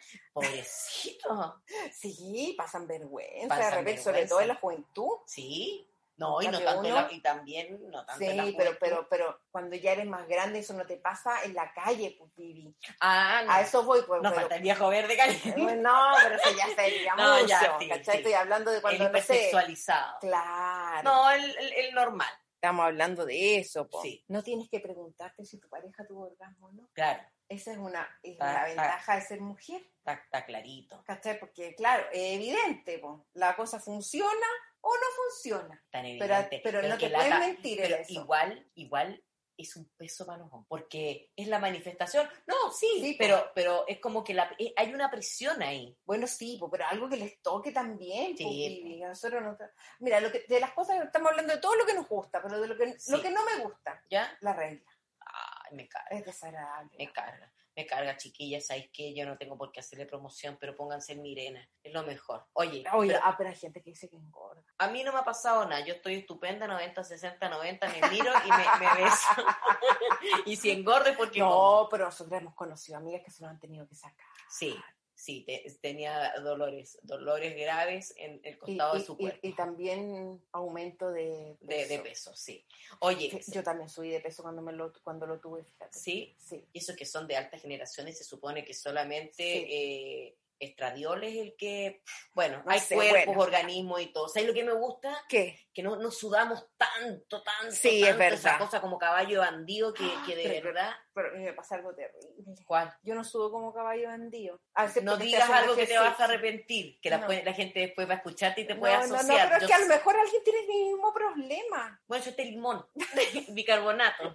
Speaker 4: pobrecito.
Speaker 3: sí, pasan vergüenza, de
Speaker 4: Pasan
Speaker 3: repente, sobre todo en la
Speaker 4: vergüenza.
Speaker 3: juventud.
Speaker 4: Sí, no, y
Speaker 3: La
Speaker 4: no
Speaker 3: que
Speaker 4: tanto en
Speaker 3: uno-
Speaker 4: la- y también no tanto en la
Speaker 3: Sí, pero,
Speaker 4: juventud.
Speaker 3: pero, pero cuando ya eres más grande, eso no te pasa en la calle, pues, Vivi.
Speaker 4: Ah, no.
Speaker 3: A eso voy, pues,
Speaker 4: Nos
Speaker 3: pero-
Speaker 4: falta el viejo verde caliente.
Speaker 3: Bueno, no, pero eso ya sería
Speaker 4: No,
Speaker 3: mucho,
Speaker 4: ya, sí,
Speaker 3: ¿cachai?
Speaker 4: sí.
Speaker 3: Estoy hablando de
Speaker 4: el
Speaker 3: cuando, no sé,
Speaker 4: hipersexualizado.
Speaker 3: claro,
Speaker 4: No, el, el- el normal,
Speaker 3: estamos hablando de eso, po.
Speaker 4: Sí.
Speaker 3: No tienes que preguntarte si tu pareja tuvo orgasmo o no.
Speaker 4: claro.
Speaker 3: Esa es una, es
Speaker 4: Ah,
Speaker 3: la
Speaker 4: ah.
Speaker 3: ventaja de ser mujer,
Speaker 4: Está, está clarito.
Speaker 3: ¿cachai? Porque, claro, es evidente, po. La cosa funciona o no funciona.
Speaker 4: Tan
Speaker 3: Pero,
Speaker 4: evidente.
Speaker 3: pero no
Speaker 4: que
Speaker 3: te pueden
Speaker 4: lata-
Speaker 3: mentir en
Speaker 4: pero
Speaker 3: eso.
Speaker 4: igual, igual es un peso para los hombres, porque es la manifestación. No, sí,
Speaker 3: Sí, pues.
Speaker 4: pero, pero es como que la- eh, hay una presión ahí.
Speaker 3: Bueno, sí, po, pero algo que les toque también.
Speaker 4: Sí,
Speaker 3: po,
Speaker 4: po.
Speaker 3: Vivi. A nosotros nos- Mira, lo que, de las cosas que estamos hablando de todo lo que nos gusta, pero de lo que,
Speaker 4: Sí.
Speaker 3: lo que no me gusta,
Speaker 4: ¿Ya?
Speaker 3: la regla.
Speaker 4: Ay, me carga,
Speaker 3: Es desagradable.
Speaker 4: me carga. Me carga, chiquillas, ¿sabéis qué? Yo no tengo por qué hacerle promoción, pero pónganse en Mirena, es lo mejor. Oye,
Speaker 3: Oye,
Speaker 4: pero
Speaker 3: ah, pero hay gente que dice que engorda.
Speaker 4: a mí no me ha pasado nada, yo estoy estupenda, 90, 60, 90, me miro y me, me beso. y si engordo es porque como.
Speaker 3: No, pero nosotros hemos conocido amigas que se lo han tenido que sacar.
Speaker 4: Sí, sí, te- tenía dolores, dolores graves en el
Speaker 3: Y,
Speaker 4: costado
Speaker 3: y-
Speaker 4: de su
Speaker 3: y-
Speaker 4: cuerpo.
Speaker 3: y también aumento de peso.
Speaker 4: de, de peso, sí. Oye,
Speaker 3: Sí, Yo también subí de peso cuando, me lo, cuando lo tuve, fíjate.
Speaker 4: sí,
Speaker 3: Sí.
Speaker 4: y esos que son de altas generaciones se supone que solamente
Speaker 3: Sí.
Speaker 4: eh, Estradiol es el que, bueno,
Speaker 3: No
Speaker 4: hay
Speaker 3: sé,
Speaker 4: cuerpos,
Speaker 3: bueno.
Speaker 4: organismos y todo. ¿Sabes lo que me gusta?
Speaker 3: ¿Qué?
Speaker 4: que no, no sudamos tanto, tanto,
Speaker 3: Sí,
Speaker 4: tanto
Speaker 3: es verdad. Ah,
Speaker 4: esa cosa como caballo bandido que, que de
Speaker 3: Pero-
Speaker 4: verdad.
Speaker 3: Pero a mí me pasa algo terrible.
Speaker 4: ¿Cuál?
Speaker 3: Yo no sudo como caballo bandido. A veces
Speaker 4: No
Speaker 3: porque
Speaker 4: digas
Speaker 3: estoy haciendo
Speaker 4: algo que te vas a
Speaker 3: ejercicio.
Speaker 4: arrepentir, que la,
Speaker 3: No.
Speaker 4: pue- la gente después va a escucharte y te
Speaker 3: No,
Speaker 4: puede
Speaker 3: no, no,
Speaker 4: asociar.
Speaker 3: pero es
Speaker 4: Yo
Speaker 3: que a lo
Speaker 4: sé-
Speaker 3: mejor alguien tiene el mismo problema.
Speaker 4: Bueno, yo este limón, bicarbonato,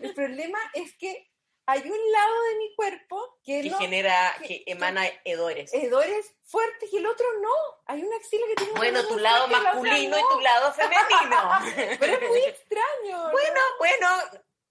Speaker 3: El problema es que hay un lado de mi cuerpo que,
Speaker 4: que
Speaker 3: no
Speaker 4: genera,
Speaker 3: que-
Speaker 4: que emana hedores.
Speaker 3: hedores fuertes y el otro no. Hay una axila que tiene un
Speaker 4: Bueno,
Speaker 3: hedor
Speaker 4: tu
Speaker 3: muy
Speaker 4: lado
Speaker 3: fuerte y la otra
Speaker 4: masculino y
Speaker 3: no.
Speaker 4: tu lado femenino.
Speaker 3: Pero es muy extraño. ¿no?
Speaker 4: Bueno, bueno,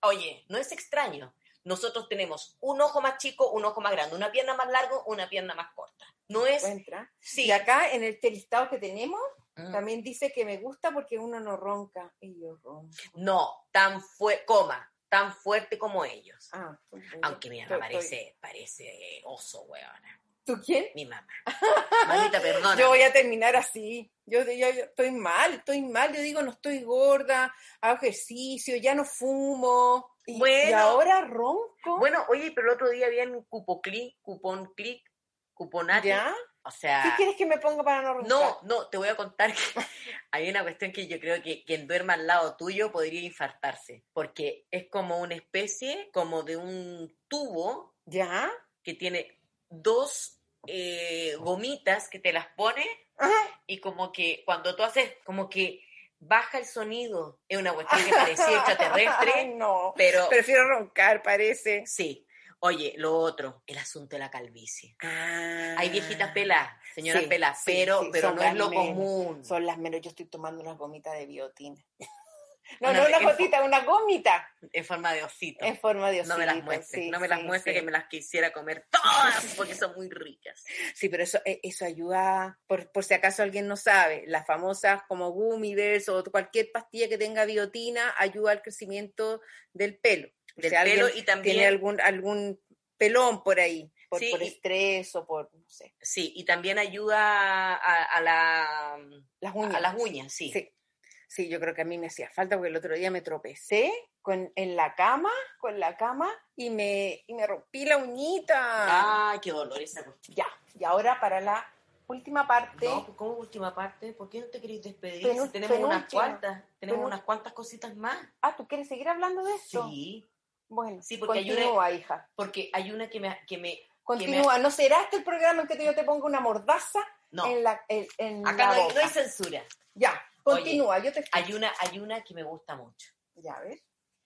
Speaker 4: oye, no es extraño. Nosotros tenemos un ojo más chico, un ojo más grande, una pierna más larga, una pierna más corta. No es...
Speaker 3: Encuentra.
Speaker 4: Sí.
Speaker 3: Y acá en este listado que tenemos
Speaker 4: Mm.
Speaker 3: también dice que me gusta porque uno no ronca y yo ronco.
Speaker 4: No, tan fuerte, coma, tan fuerte como ellos.
Speaker 3: Ah, pues, bueno.
Speaker 4: Aunque mi mamá
Speaker 3: Estoy-
Speaker 4: parece, parece oso, weona.
Speaker 3: ¿Tú quién?
Speaker 4: Mi mamá. Mamita, perdona.
Speaker 3: Yo voy a terminar así. Yo, yo- yo estoy mal, estoy mal. Yo digo, no estoy gorda, hago ejercicio, ya no fumo. Y,
Speaker 4: Bueno.
Speaker 3: y ahora ronco.
Speaker 4: Bueno, oye, pero el otro día había un cupoclic, cupón clic, cuponati.
Speaker 3: ¿Ya?
Speaker 4: O
Speaker 3: ¿Qué
Speaker 4: sea,
Speaker 3: quieres que me ponga para no roncar?
Speaker 4: no, no, te voy a contar que hay una cuestión que yo creo que quien duerma al lado tuyo podría infartarse, porque es como una especie, como de un tubo
Speaker 3: ¿Ya?
Speaker 4: que tiene dos eh, gomitas que te las pone
Speaker 3: Ajá.
Speaker 4: y como que cuando tú haces, como que baja el sonido. Es una cuestión que parecía extraterrestre,
Speaker 3: no,
Speaker 4: pero
Speaker 3: prefiero roncar, parece.
Speaker 4: sí. Oye, lo otro, el asunto de la calvicie. Hay viejitas pelas, señoras
Speaker 3: Ah, Sí,
Speaker 4: pelas,
Speaker 3: sí,
Speaker 4: pero,
Speaker 3: sí,
Speaker 4: pero
Speaker 3: son
Speaker 4: no es lo
Speaker 3: las menos.
Speaker 4: común.
Speaker 3: Son las menos, yo estoy tomando unas gomitas de biotina. No,
Speaker 4: Una-
Speaker 3: no una
Speaker 4: en-
Speaker 3: gotita, una gomita
Speaker 4: En forma de osito.
Speaker 3: en forma de osito.
Speaker 4: no me las muestres,
Speaker 3: sí,
Speaker 4: no me las
Speaker 3: sí,
Speaker 4: muestres
Speaker 3: sí.
Speaker 4: que me las quisiera comer todas porque son muy ricas.
Speaker 3: Sí, pero eso, eh, eso ayuda, por, por si acaso alguien no sabe, las famosas como gummy bears o cualquier pastilla que tenga biotina ayuda al crecimiento del pelo. Por
Speaker 4: Del
Speaker 3: si alguien
Speaker 4: pelo y también
Speaker 3: tiene algún, algún pelón por ahí, por,
Speaker 4: Sí,
Speaker 3: por
Speaker 4: y-
Speaker 3: estrés o por, no sé,
Speaker 4: sí, y también ayuda a, a la
Speaker 3: las
Speaker 4: a
Speaker 3: uñas.
Speaker 4: las uñas, sí.
Speaker 3: Sí. Sí, yo creo que a mí me hacía falta porque el otro día me tropecé con, en la cama, con la cama, y me, y me rompí la uñita.
Speaker 4: Ay, qué dolor esa cuestión.
Speaker 3: Ya, y ahora para la última parte.
Speaker 4: No, pues, ¿cómo última parte? ¿Por qué no te queréis despedir?
Speaker 3: Penú-
Speaker 4: Si tenemos unas
Speaker 3: penúltima.
Speaker 4: cuantas, tenemos
Speaker 3: Penú-
Speaker 4: unas cuantas cositas más.
Speaker 3: Ah, ¿tú quieres seguir hablando de esto?
Speaker 4: Sí,
Speaker 3: Bueno,
Speaker 4: Sí, porque hay una-
Speaker 3: continúa, hija.
Speaker 4: porque hay una que me, que me
Speaker 3: Continúa. ¿No será este el programa en que yo te ponga una mordaza
Speaker 4: no,
Speaker 3: en la, en, en
Speaker 4: acá no
Speaker 3: la
Speaker 4: hay, no
Speaker 3: boca?
Speaker 4: hay censura.
Speaker 3: Ya,
Speaker 4: Oye,
Speaker 3: continúa, yo te escucho.
Speaker 4: Hay una, hay una que me gusta mucho,
Speaker 3: Ya, ¿ves?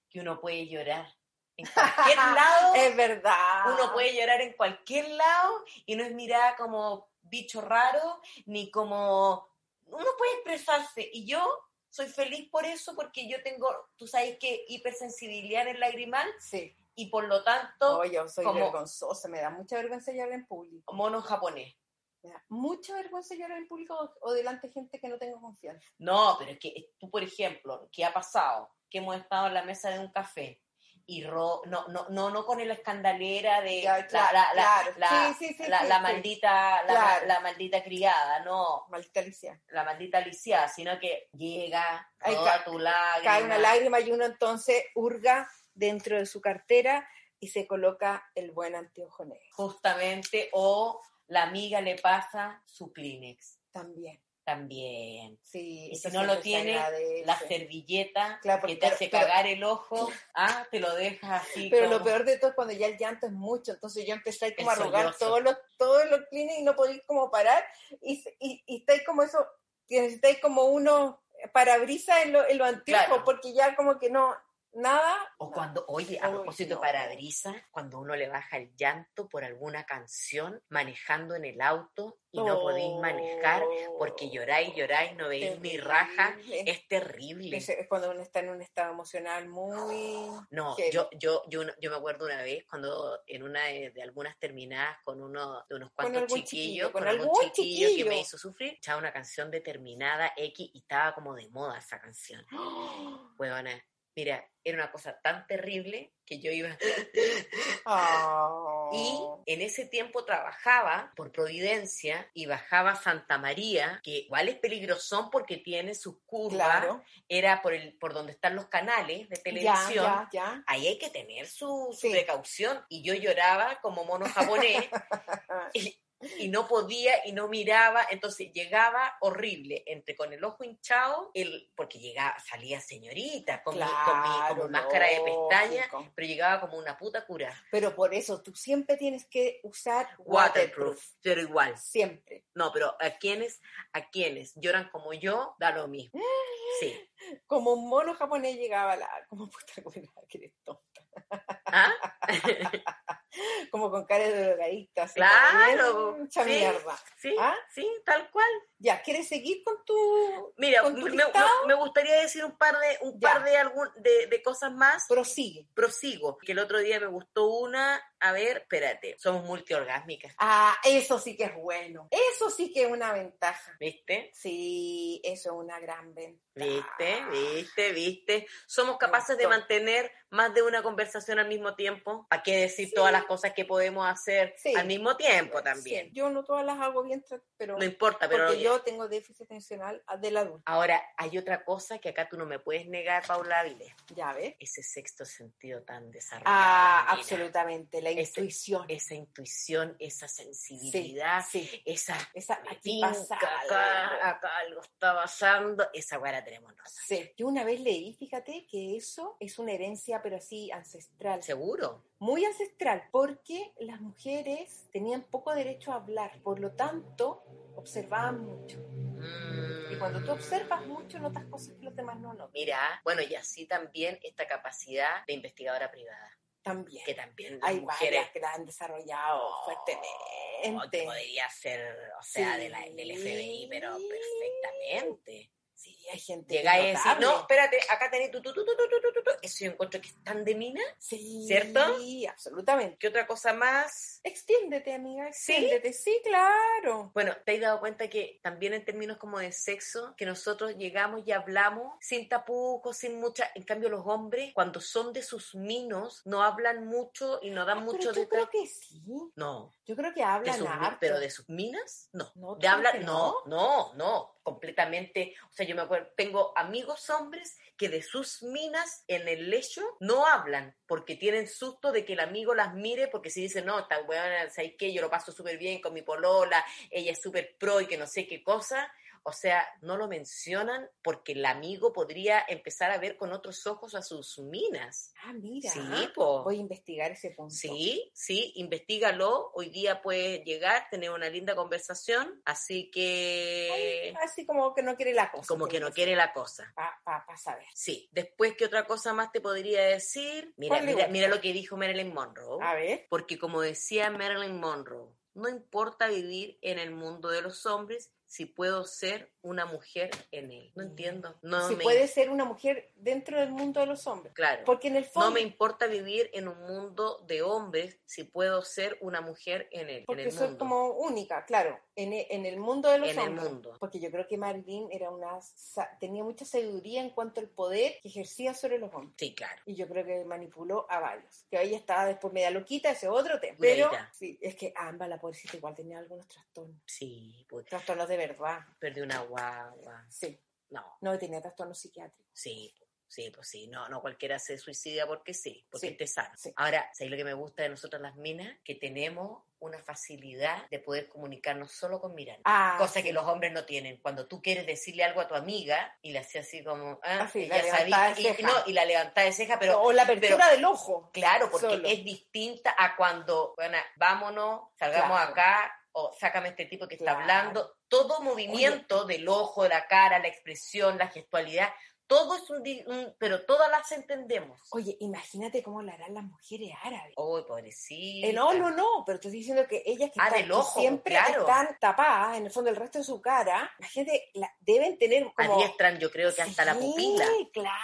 Speaker 4: que uno puede llorar en cualquier lado,
Speaker 3: Es verdad.
Speaker 4: uno puede llorar en cualquier lado y no es mirada como bicho raro ni como uno puede expresarse y yo soy feliz por eso porque yo tengo, tú sabes que hipersensibilidad en el lagrimal
Speaker 3: Sí.
Speaker 4: y por lo tanto
Speaker 3: Oye, yo soy
Speaker 4: como-
Speaker 3: vergonzosa, me da mucha vergüenza llorar en público.
Speaker 4: mono japonés.
Speaker 3: Me da mucha vergüenza llorar en público o- o delante de gente que no tengo confianza.
Speaker 4: No, pero es que tú, por ejemplo, ¿qué ha pasado? Que hemos estado en la mesa de un café y ro no, no, no, no con la escandalera de
Speaker 3: Ya,
Speaker 4: la-
Speaker 3: claro,
Speaker 4: la, la-
Speaker 3: claro.
Speaker 4: la-
Speaker 3: Sí, sí, sí,
Speaker 4: la-
Speaker 3: sí,
Speaker 4: la
Speaker 3: sí.
Speaker 4: maldita, la,
Speaker 3: Claro.
Speaker 4: la maldita criada, no,
Speaker 3: Maldita Alicia.
Speaker 4: la maldita lisiada, sino que llega
Speaker 3: Ahí
Speaker 4: toda
Speaker 3: ca-
Speaker 4: tu lágrima.
Speaker 3: Cae una lágrima y uno entonces hurga dentro de su cartera y se coloca el buen anteojo negro.
Speaker 4: Justamente, o la amiga le pasa su Kleenex
Speaker 3: También.
Speaker 4: también.
Speaker 3: Sí,
Speaker 4: Y
Speaker 3: eso
Speaker 4: si no lo
Speaker 3: siempre se
Speaker 4: tiene,
Speaker 3: agradece.
Speaker 4: la servilleta
Speaker 3: Claro, porque-
Speaker 4: que te hace
Speaker 3: pero-
Speaker 4: cagar el ojo, ah, te lo deja así.
Speaker 3: Pero lo
Speaker 4: como-
Speaker 3: peor de todo es cuando ya el llanto es mucho, entonces yo empecé ahí como
Speaker 4: El
Speaker 3: a rogar
Speaker 4: sollozo.
Speaker 3: todos los, todos los clines y no podéis como parar, y, se- y, y estáis como eso, que necesitáis como uno parabrisas en lo, en lo antiguo,
Speaker 4: Claro.
Speaker 3: porque ya como que no, nada.
Speaker 4: O
Speaker 3: no.
Speaker 4: cuando, oye, a
Speaker 3: Uy,
Speaker 4: propósito
Speaker 3: no.
Speaker 4: de parabrisas, cuando uno le baja el llanto por alguna canción manejando en el auto y no podéis
Speaker 3: Oh.
Speaker 4: manejar porque lloráis, lloráis, no veis ni
Speaker 3: Terrible.
Speaker 4: raja, es terrible.
Speaker 3: Es es cuando uno está en un estado emocional muy...
Speaker 4: No,
Speaker 3: heavy.
Speaker 4: yo, yo, yo, no- yo me acuerdo una vez cuando en una de, de algunas terminadas con uno de unos cuantos
Speaker 3: algún
Speaker 4: chiquillos,
Speaker 3: chiquillo,
Speaker 4: con,
Speaker 3: con
Speaker 4: algún
Speaker 3: algún
Speaker 4: chiquillo, que me
Speaker 3: chiquillo.
Speaker 4: hizo sufrir, echaba una canción determinada X y estaba como de moda esa canción. Huevona, mira, era una cosa tan terrible que yo iba
Speaker 3: Ah.
Speaker 4: Y en ese tiempo trabajaba por Providencia y bajaba a Santa María, que igual es peligrosón porque tiene sus curvas,
Speaker 3: Oh, Claro,
Speaker 4: era por, el, por donde están los canales de
Speaker 3: ya,
Speaker 4: televisión.
Speaker 3: ya, ya.
Speaker 4: Ahí hay que tener su, su
Speaker 3: Sí.
Speaker 4: precaución. Y yo lloraba como mono japonés. y, y no podía y no miraba, entonces llegaba horrible, entre con el ojo hinchado, el, porque llegaba, salía señorita con, mi- con mi, con mi
Speaker 3: Claro,
Speaker 4: máscara de pestaña,
Speaker 3: lógico.
Speaker 4: pero llegaba como una puta cura.
Speaker 3: Pero por eso tú siempre tienes que usar waterproof.
Speaker 4: Waterproof, pero igual.
Speaker 3: Siempre.
Speaker 4: No, pero a quienes, a quienes lloran como yo, da lo mismo. Sí.
Speaker 3: Como un mono japonés llegaba la. Como puta cuerda, que eres tonta.
Speaker 4: ¿Ah?
Speaker 3: Como con cara de drogadicta. así,
Speaker 4: Claro,
Speaker 3: como bien Mucha
Speaker 4: sí.
Speaker 3: mierda.
Speaker 4: Sí,
Speaker 3: ¿Ah?
Speaker 4: sí, tal cual.
Speaker 3: Ya, ¿quieres seguir con tu.
Speaker 4: Mira,
Speaker 3: con
Speaker 4: me,
Speaker 3: tu
Speaker 4: me-
Speaker 3: listado?
Speaker 4: me gustaría decir un par de,
Speaker 3: Ya.
Speaker 4: un par de, algún, de, de cosas más.
Speaker 3: Prosigue.
Speaker 4: Prosigo, que el otro día me gustó una. A ver, espérate, somos multiorgásmicas,
Speaker 3: Ah, eso sí que es bueno. Eso sí que es una ventaja.
Speaker 4: ¿viste?
Speaker 3: Sí, eso es una gran ventaja.
Speaker 4: ¿Viste? ¿Viste? ¿Viste? Somos capaces de
Speaker 3: gustó.
Speaker 4: mantener más de una conversación al mismo tiempo. ¿Para qué decir
Speaker 3: Sí.
Speaker 4: todas las cosas que podemos hacer
Speaker 3: Sí.
Speaker 4: al mismo tiempo también?
Speaker 3: Sí, yo no todas las hago bien, tra- pero
Speaker 4: No importa, pero
Speaker 3: porque yo tengo déficit atencional ah, del adulto.
Speaker 4: ahora hay otra cosa que acá tú no me puedes negar, Paula Áviles.
Speaker 3: Ya ves.
Speaker 4: Ese sexto sentido tan desarrollado.
Speaker 3: Ah,
Speaker 4: mira. Este,
Speaker 3: absolutamente, la
Speaker 4: Ese-
Speaker 3: intuición.
Speaker 4: Esa intuición, esa
Speaker 3: Sí,
Speaker 4: sensibilidad,
Speaker 3: sí.
Speaker 4: esa
Speaker 3: Esa
Speaker 4: este, me
Speaker 3: aquí
Speaker 4: tinca,
Speaker 3: pasa algo.
Speaker 4: acá, acá algo está pasando, esa weá la tenemos nosotros.
Speaker 3: Sí. Yo una vez leí, fíjate, que eso es una herencia, pero así ancestral.
Speaker 4: Seguro.
Speaker 3: muy ancestral, porque las mujeres tenían poco derecho a hablar, por lo tanto, observaban mucho. Y cuando tú observas mucho, notas cosas que los demás no notan.
Speaker 4: Mm. Mira, bueno, y así también esta capacidad de investigadora privada,
Speaker 3: También.
Speaker 4: que también las
Speaker 3: Hay
Speaker 4: mujeres
Speaker 3: varias que la han desarrollado
Speaker 4: oh, que
Speaker 3: fuertemente.
Speaker 4: podría ser, o sea, de la-
Speaker 3: Sí.
Speaker 4: del FBI, pero perfectamente.
Speaker 3: Sí, hay gente.
Speaker 4: Llegáis a
Speaker 3: que es
Speaker 4: decir, no,
Speaker 3: notable.
Speaker 4: espérate, acá tenés tu, tu, tu, tu, tu, tu, tu, tu. Eso yo encuentro que es tan de mina.
Speaker 3: Sí,
Speaker 4: ¿cierto?
Speaker 3: Sí, absolutamente.
Speaker 4: ¿Qué otra cosa más?
Speaker 3: Extiéndete, amiga,
Speaker 4: ¿Sí?
Speaker 3: extiéndete. Sí, claro.
Speaker 4: Bueno, ¿te has dado cuenta que también en términos como de sexo, que nosotros llegamos y hablamos sin tapujos, sin mucha... En cambio, los hombres, cuando son de sus minos, no hablan mucho y no dan mucho
Speaker 3: pero yo creo
Speaker 4: detalle.
Speaker 3: que sí.
Speaker 4: No,
Speaker 3: Yo creo que
Speaker 4: de
Speaker 3: hablan
Speaker 4: sus mi-
Speaker 3: harto.
Speaker 4: pero de sus minas, no.
Speaker 3: No, ¿tú
Speaker 4: de hablar,
Speaker 3: crees que
Speaker 4: no, no, no, completamente. O sea, yo me acuerdo, tengo amigos hombres que de sus minas en el lecho no hablan porque tienen susto de que el amigo las mire porque si dice, no, tan buena, ¿sabes qué? Yo lo paso súper bien con mi polola, ella es súper pro y que no sé qué cosa. O sea, no lo mencionan porque el amigo podría empezar a ver con otros ojos a sus minas.
Speaker 3: Ah, mira.
Speaker 4: Sí, po.
Speaker 3: Voy a investigar ese punto.
Speaker 4: Sí, sí, investigalo. Hoy día puedes llegar, tener una linda conversación. Así que,
Speaker 3: Así como que no quiere la cosa.
Speaker 4: como que no quiere la cosa.
Speaker 3: Para saber.
Speaker 4: Sí, después, ¿qué otra cosa más te podría decir? Mira,
Speaker 3: ¿Cuál le
Speaker 4: mira,
Speaker 3: gusta?
Speaker 4: mira lo que dijo Marilyn Monroe.
Speaker 3: A ver.
Speaker 4: Porque como decía Marilyn Monroe, no importa vivir en el mundo de los hombres si puedo ser una mujer en él. No entiendo. No
Speaker 3: Mm. si
Speaker 4: me...
Speaker 3: puede ser una mujer dentro del mundo de los hombres.
Speaker 4: Claro.
Speaker 3: Porque en el fondo.
Speaker 4: No me importa vivir en un mundo de hombres si puedo ser una mujer en él. en
Speaker 3: porque
Speaker 4: el
Speaker 3: soy
Speaker 4: mundo.
Speaker 3: como única, claro, en e- en el, mundo de los
Speaker 4: En el
Speaker 3: hombres.
Speaker 4: mundo.
Speaker 3: Porque yo creo que Marilyn era una sa- tenía mucha sabiduría en cuanto al poder que ejercía sobre los hombres.
Speaker 4: Sí, claro.
Speaker 3: Y yo creo que manipuló a varios. Que ella estaba después media loquita, ese es otro tema. Pero
Speaker 4: Cuidadita.
Speaker 3: sí, es que ambas, la pobrecita, igual tenía algunos trastornos.
Speaker 4: Sí, pues,
Speaker 3: Trastornos de verdad.
Speaker 4: perdí una guagua.
Speaker 3: Sí.
Speaker 4: No,
Speaker 3: No, tenía trastornos psiquiátricos.
Speaker 4: sí, pues, sí, pues sí. No, no cualquiera se suicida porque sí, porque
Speaker 3: Sí,
Speaker 4: esté sano.
Speaker 3: sí.
Speaker 4: Ahora, ¿sabes lo que me gusta de nosotras las minas? Que tenemos una facilidad de poder comunicarnos solo con mirando.
Speaker 3: Ah,
Speaker 4: Cosa
Speaker 3: sí.
Speaker 4: que los hombres no tienen. Cuando tú quieres decirle algo a tu amiga y la haces así como, ah,
Speaker 3: Así, la
Speaker 4: ya
Speaker 3: levantada de
Speaker 4: sabí, y,
Speaker 3: ceja.
Speaker 4: no, y la levantada de ceja, pero
Speaker 3: o la apertura
Speaker 4: pero-
Speaker 3: del ojo.
Speaker 4: Claro, porque
Speaker 3: Solo.
Speaker 4: es distinta a cuando, bueno, vámonos, salgamos
Speaker 3: Claro.
Speaker 4: acá, o sácame este tipo que está
Speaker 3: Claro.
Speaker 4: hablando. Todo movimiento del ojo, la cara, la expresión, la gestualidad, todo es un, di- un- pero todas las entendemos.
Speaker 3: Oye, imagínate cómo la harán las mujeres árabes.
Speaker 4: Uy, pobrecita.
Speaker 3: Eh, no, no, no, pero te estoy diciendo que ellas que,
Speaker 4: Ah,
Speaker 3: están,
Speaker 4: del
Speaker 3: que
Speaker 4: ojo,
Speaker 3: siempre
Speaker 4: claro.
Speaker 3: están tapadas, en el fondo el resto de su cara, la gente la, deben tener como...
Speaker 4: Adiestran, yo creo que hasta la
Speaker 3: Sí,
Speaker 4: pupila.
Speaker 3: claro,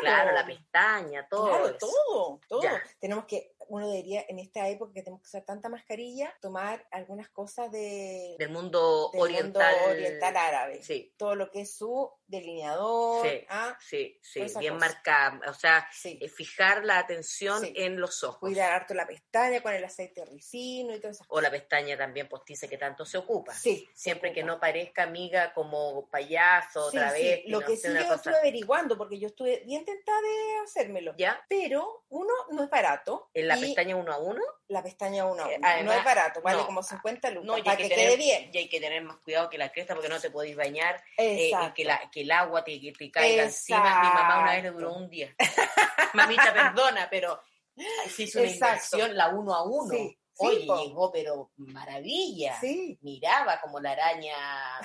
Speaker 4: Claro, la pestaña, todo.
Speaker 3: claro,
Speaker 4: eso.
Speaker 3: todo, todo.
Speaker 4: Ya.
Speaker 3: Tenemos que, uno debería, en esta época que tenemos que usar tanta mascarilla, tomar algunas cosas de,
Speaker 4: Del mundo
Speaker 3: del mundo
Speaker 4: oriental.
Speaker 3: oriental árabe.
Speaker 4: Sí,
Speaker 3: Todo lo que es su delineador,
Speaker 4: Sí.
Speaker 3: ah,
Speaker 4: sí, sí,
Speaker 3: Esa
Speaker 4: bien
Speaker 3: cosa.
Speaker 4: marcada. O sea,
Speaker 3: sí.
Speaker 4: eh, fijar la atención
Speaker 3: Sí.
Speaker 4: en los ojos.
Speaker 3: cuidar harto la pestaña con el aceite de ricino y todas esas
Speaker 4: o la pestaña también postiza que tanto se ocupa.
Speaker 3: cosas. Sí,
Speaker 4: Siempre que
Speaker 3: ocupa.
Speaker 4: no parezca amiga como payaso,
Speaker 3: Sí,
Speaker 4: otra
Speaker 3: sí,
Speaker 4: vez,
Speaker 3: Lo
Speaker 4: no
Speaker 3: que sí
Speaker 4: sé, una
Speaker 3: yo
Speaker 4: cosa-
Speaker 3: estuve averiguando, porque yo estuve bien tentada de hacérmelo.
Speaker 4: ¿Ya?
Speaker 3: Pero uno no es barato.
Speaker 4: ¿En la
Speaker 3: y
Speaker 4: pestaña uno a uno?
Speaker 3: la pestaña uno. a
Speaker 4: Eh,
Speaker 3: uno. no
Speaker 4: además-
Speaker 3: es barato, vale
Speaker 4: no. ah,
Speaker 3: como 50 lucas
Speaker 4: No, y hay
Speaker 3: para
Speaker 4: que,
Speaker 3: que,
Speaker 4: tener,
Speaker 3: quede bien.
Speaker 4: y hay que tener más cuidado que la cresta porque no te podéis bañar eh, y
Speaker 3: Exacto.
Speaker 4: que, la, que el agua te, que te caiga encima. Mi mamá una vez le duró
Speaker 3: Exacto.
Speaker 4: un día. Mamita, perdona, pero se hizo una
Speaker 3: Exacto.
Speaker 4: inversión la uno a uno.
Speaker 3: Sí, sí,
Speaker 4: Oye,
Speaker 3: po.
Speaker 4: llegó, pero maravilla.
Speaker 3: Sí,
Speaker 4: Miraba como la araña.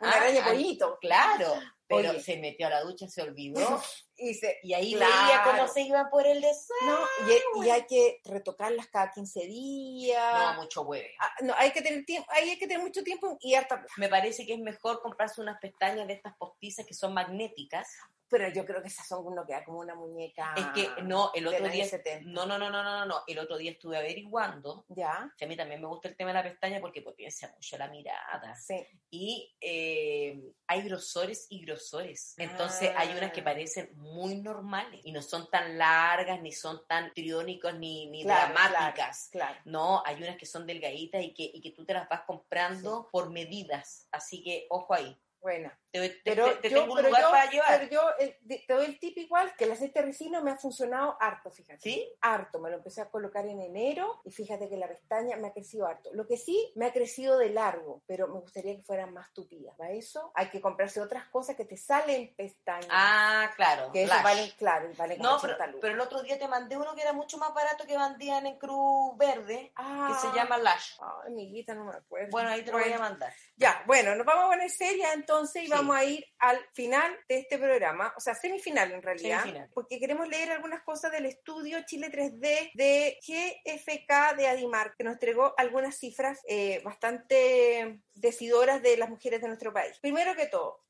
Speaker 3: una
Speaker 4: Ah,
Speaker 3: araña
Speaker 4: ah,
Speaker 3: pollito.
Speaker 4: Claro, pero
Speaker 3: Oye.
Speaker 4: se metió a la ducha, se olvidó
Speaker 3: Y se-
Speaker 4: y ahí
Speaker 3: Claro.
Speaker 4: veía cómo se iba por el desastre.
Speaker 3: no, y, y hay que retocarlas cada 15 días.
Speaker 4: No, mucho hueve.
Speaker 3: Ah, no, hay que tener tiempo, ahí hay que tener mucho tiempo y harta
Speaker 4: Me parece que es mejor comprarse unas pestañas de estas postizas que son magnéticas.
Speaker 3: Pero yo creo que esas son uno que da como una muñeca.
Speaker 4: Es que no, el
Speaker 3: de
Speaker 4: otro
Speaker 3: los
Speaker 4: día.
Speaker 3: años 70.
Speaker 4: No, no, no, no, no, no, no. El otro día estuve averiguando.
Speaker 3: Ya,
Speaker 4: que A mí también me gusta el tema de la pestaña porque potencia mucho la mirada.
Speaker 3: sí.
Speaker 4: Y eh, hay grosores y grosores. Entonces
Speaker 3: Ah.
Speaker 4: hay unas que parecen muy normales y no son tan largas, ni son tan triónicas, ni, ni
Speaker 3: Claro,
Speaker 4: dramáticas.
Speaker 3: Claro.
Speaker 4: No, hay unas que son delgaditas y que, y que tú te las vas comprando por medidas. Así que ojo ahí.
Speaker 3: Bueno,
Speaker 4: Te, te-
Speaker 3: pero
Speaker 4: te- te
Speaker 3: yo,
Speaker 4: tengo un
Speaker 3: pero
Speaker 4: lugar
Speaker 3: yo-
Speaker 4: para llevar.
Speaker 3: pero yo, eh, de- te doy el tip igual que el aceite de resino me ha funcionado harto, fíjate.
Speaker 4: ¿Sí?
Speaker 3: Harto, me lo empecé a colocar en enero y fíjate que la pestaña me ha crecido harto. Lo que sí, me ha crecido de largo, pero me gustaría que fueran más tupidas. Para eso hay que comprarse otras cosas que te salen pestañas.
Speaker 4: Ah, claro.
Speaker 3: que eso
Speaker 4: flash.
Speaker 3: valen, claro, y valen como
Speaker 4: No,
Speaker 3: 80
Speaker 4: pero,
Speaker 3: lucas.
Speaker 4: pero el otro día te mandé uno que era mucho más barato que vendían en Cruz Verde,
Speaker 3: Ah.
Speaker 4: que se llama Lash.
Speaker 3: Ay, amiguita, no me acuerdo.
Speaker 4: Bueno, ahí te lo voy a mandar.
Speaker 3: Ya, bueno, nos vamos a poner seria entonces y
Speaker 4: Sí.
Speaker 3: vamos a ir al final de este programa, o sea, semifinal en realidad,
Speaker 4: Semifinal.
Speaker 3: porque queremos leer algunas cosas del estudio Chile 3D de GFK de Adimar, que nos entregó algunas cifras eh, bastante decidoras de las mujeres de nuestro país. Primero que todo,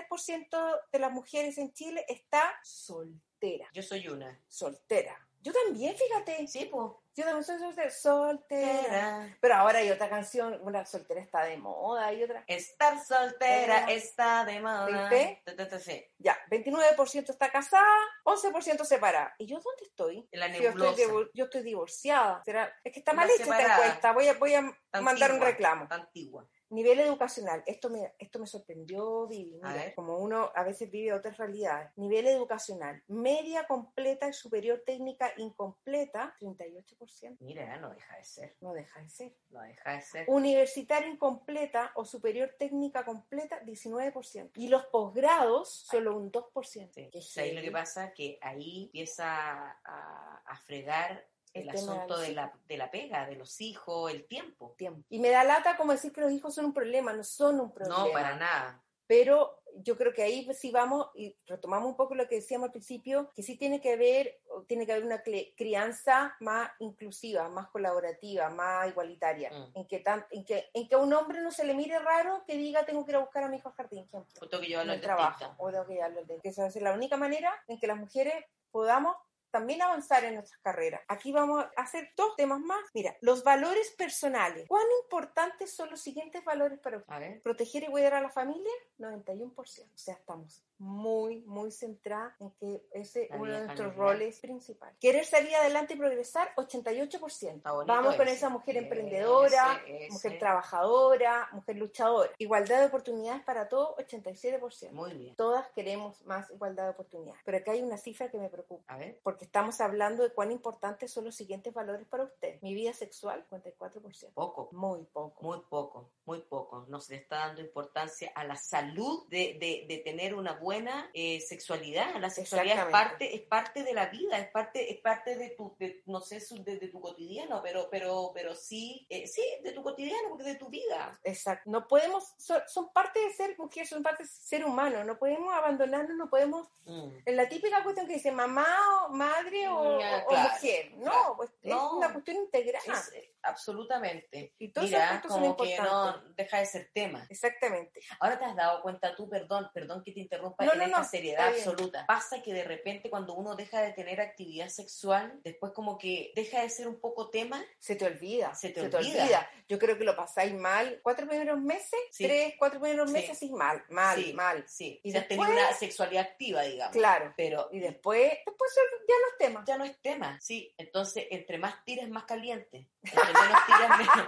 Speaker 3: 43% de las mujeres en Chile está soltera,
Speaker 4: Yo soy una.
Speaker 3: soltera. Yo también, fíjate,
Speaker 4: Sí, pues.
Speaker 3: yo también soy soltera, soltera. Pero ahora hay otra canción, una soltera está de moda, hay otra...
Speaker 4: Estar soltera
Speaker 3: Era.
Speaker 4: está de moda.
Speaker 3: ¿Viste?
Speaker 4: Ta, ta, ta, sí.
Speaker 3: Ya, 29% está casada, 11% separada. ¿Y yo dónde estoy?
Speaker 4: En la
Speaker 3: Si yo, estoy
Speaker 4: nebulosa.
Speaker 3: divor- yo estoy divorciada. ¿Será? Es que está mal
Speaker 4: Una
Speaker 3: hecha esta
Speaker 4: separada.
Speaker 3: encuesta. Voy a, voy a mandar un
Speaker 4: Antigua, Ah.
Speaker 3: reclamo.
Speaker 4: Antigua.
Speaker 3: Nivel educacional. Esto me, esto me sorprendió, Vivi.
Speaker 4: A
Speaker 3: Mira,
Speaker 4: ver.
Speaker 3: como uno a veces vive otras realidades. Nivel educacional. Media completa y superior técnica incompleta, 38%.
Speaker 4: Mira, no deja de ser.
Speaker 3: No deja de ser.
Speaker 4: No deja de ser.
Speaker 3: Universitaria incompleta o superior técnica completa, 19%. Y los posgrados, solo un 2%.
Speaker 4: Sí.
Speaker 3: Qué
Speaker 4: O sea, ahí lo que
Speaker 3: heavy.
Speaker 4: pasa es que ahí empieza a, a fregar el,
Speaker 3: El tema
Speaker 4: asunto
Speaker 3: de los
Speaker 4: de la, de la pega, de los hijos, el tiempo.
Speaker 3: tiempo. Y me da lata como decir que los hijos son un problema, no son un problema.
Speaker 4: No, para nada.
Speaker 3: Pero yo creo que ahí pues sí vamos y retomamos un poco lo que decíamos al principio, que sí tiene que haber, o tiene que haber una cle- crianza más inclusiva, más colaborativa, más igualitaria,
Speaker 4: Mm.
Speaker 3: en, que tan- en, que, en que a un hombre no se le mire raro que diga tengo que ir a buscar a mi hijo al jardín, por ejemplo,
Speaker 4: Justo que yo
Speaker 3: en
Speaker 4: hablo
Speaker 3: el
Speaker 4: del
Speaker 3: trabajo, o tengo que llevarlo al dentista. Esa es la única manera en que las mujeres podamos también avanzar en nuestras carreras. Aquí vamos a hacer dos temas más. Mira, los valores personales. ¿Cuán importantes son los siguientes valores para usted?
Speaker 4: A ver.
Speaker 3: Proteger y cuidar a la familia, 91%. O sea, estamos muy, muy centradas en que ese es
Speaker 4: La
Speaker 3: uno de
Speaker 4: vida
Speaker 3: nuestros
Speaker 4: familiar.
Speaker 3: roles principales. Querer salir adelante y progresar, 88%.
Speaker 4: Está bonito
Speaker 3: Vamos con
Speaker 4: ese.
Speaker 3: esa mujer
Speaker 4: Ese,
Speaker 3: emprendedora,
Speaker 4: ese.
Speaker 3: mujer trabajadora, mujer luchadora. Igualdad de oportunidades para todos, 87%.
Speaker 4: Muy bien.
Speaker 3: Todas queremos más igualdad de oportunidades. Pero acá hay una cifra que me preocupa.
Speaker 4: A ver.
Speaker 3: Porque estamos hablando de cuán importantes son los siguientes valores para usted. Mi vida sexual, 54%.
Speaker 4: Poco.
Speaker 3: Muy poco.
Speaker 4: Muy poco, muy poco. No se le está dando importancia a la salud de, de- de tener una buena eh, sexualidad. La sexualidad es
Speaker 3: Exactamente.
Speaker 4: parte, es parte de la vida, es parte, es parte de tu, de- no sé, su- de, de tu cotidiano, pero, pero, pero sí, eh, sí, de tu cotidiano, porque de tu vida.
Speaker 3: Exacto. No podemos, son, son parte de ser mujer, son parte de ser humano. No podemos abandonarnos, no podemos. En la típica cuestión que dice mamá o madre o, o-
Speaker 4: Ah,
Speaker 3: o
Speaker 4: claro,
Speaker 3: mujer. No,
Speaker 4: claro.
Speaker 3: pues, es
Speaker 4: No.
Speaker 3: una cuestión integral.
Speaker 4: Es, eh, absolutamente.
Speaker 3: Y todos esos
Speaker 4: Mira,
Speaker 3: aspectos son
Speaker 4: como que no
Speaker 3: importantes.
Speaker 4: deja de ser tema.
Speaker 3: Exactamente.
Speaker 4: Ahora te has dado cuenta tú, perdón, perdón que te interrumpa
Speaker 3: No,
Speaker 4: en
Speaker 3: no,
Speaker 4: esta
Speaker 3: no,
Speaker 4: seriedad
Speaker 3: está bien.
Speaker 4: absoluta. Pasa que de repente cuando uno deja de tener actividad sexual, después como que deja de ser un poco tema.
Speaker 3: Se te olvida.
Speaker 4: Se te olvida.
Speaker 3: Yo creo que lo pasáis mal. Cuatro primeros meses,
Speaker 4: Sí.
Speaker 3: tres, cuatro primeros
Speaker 4: Sí.
Speaker 3: meses, así mal, mal,
Speaker 4: sí,
Speaker 3: mal.
Speaker 4: Sí.
Speaker 3: Y
Speaker 4: Y has tenido
Speaker 3: después-
Speaker 4: una sexualidad activa, digamos.
Speaker 3: Claro.
Speaker 4: Pero
Speaker 3: Y después, después se olvi- ya los temas.
Speaker 4: ya no es tema. Sí. Entonces, entre más tires, más caliente. Entre menos tires, menos.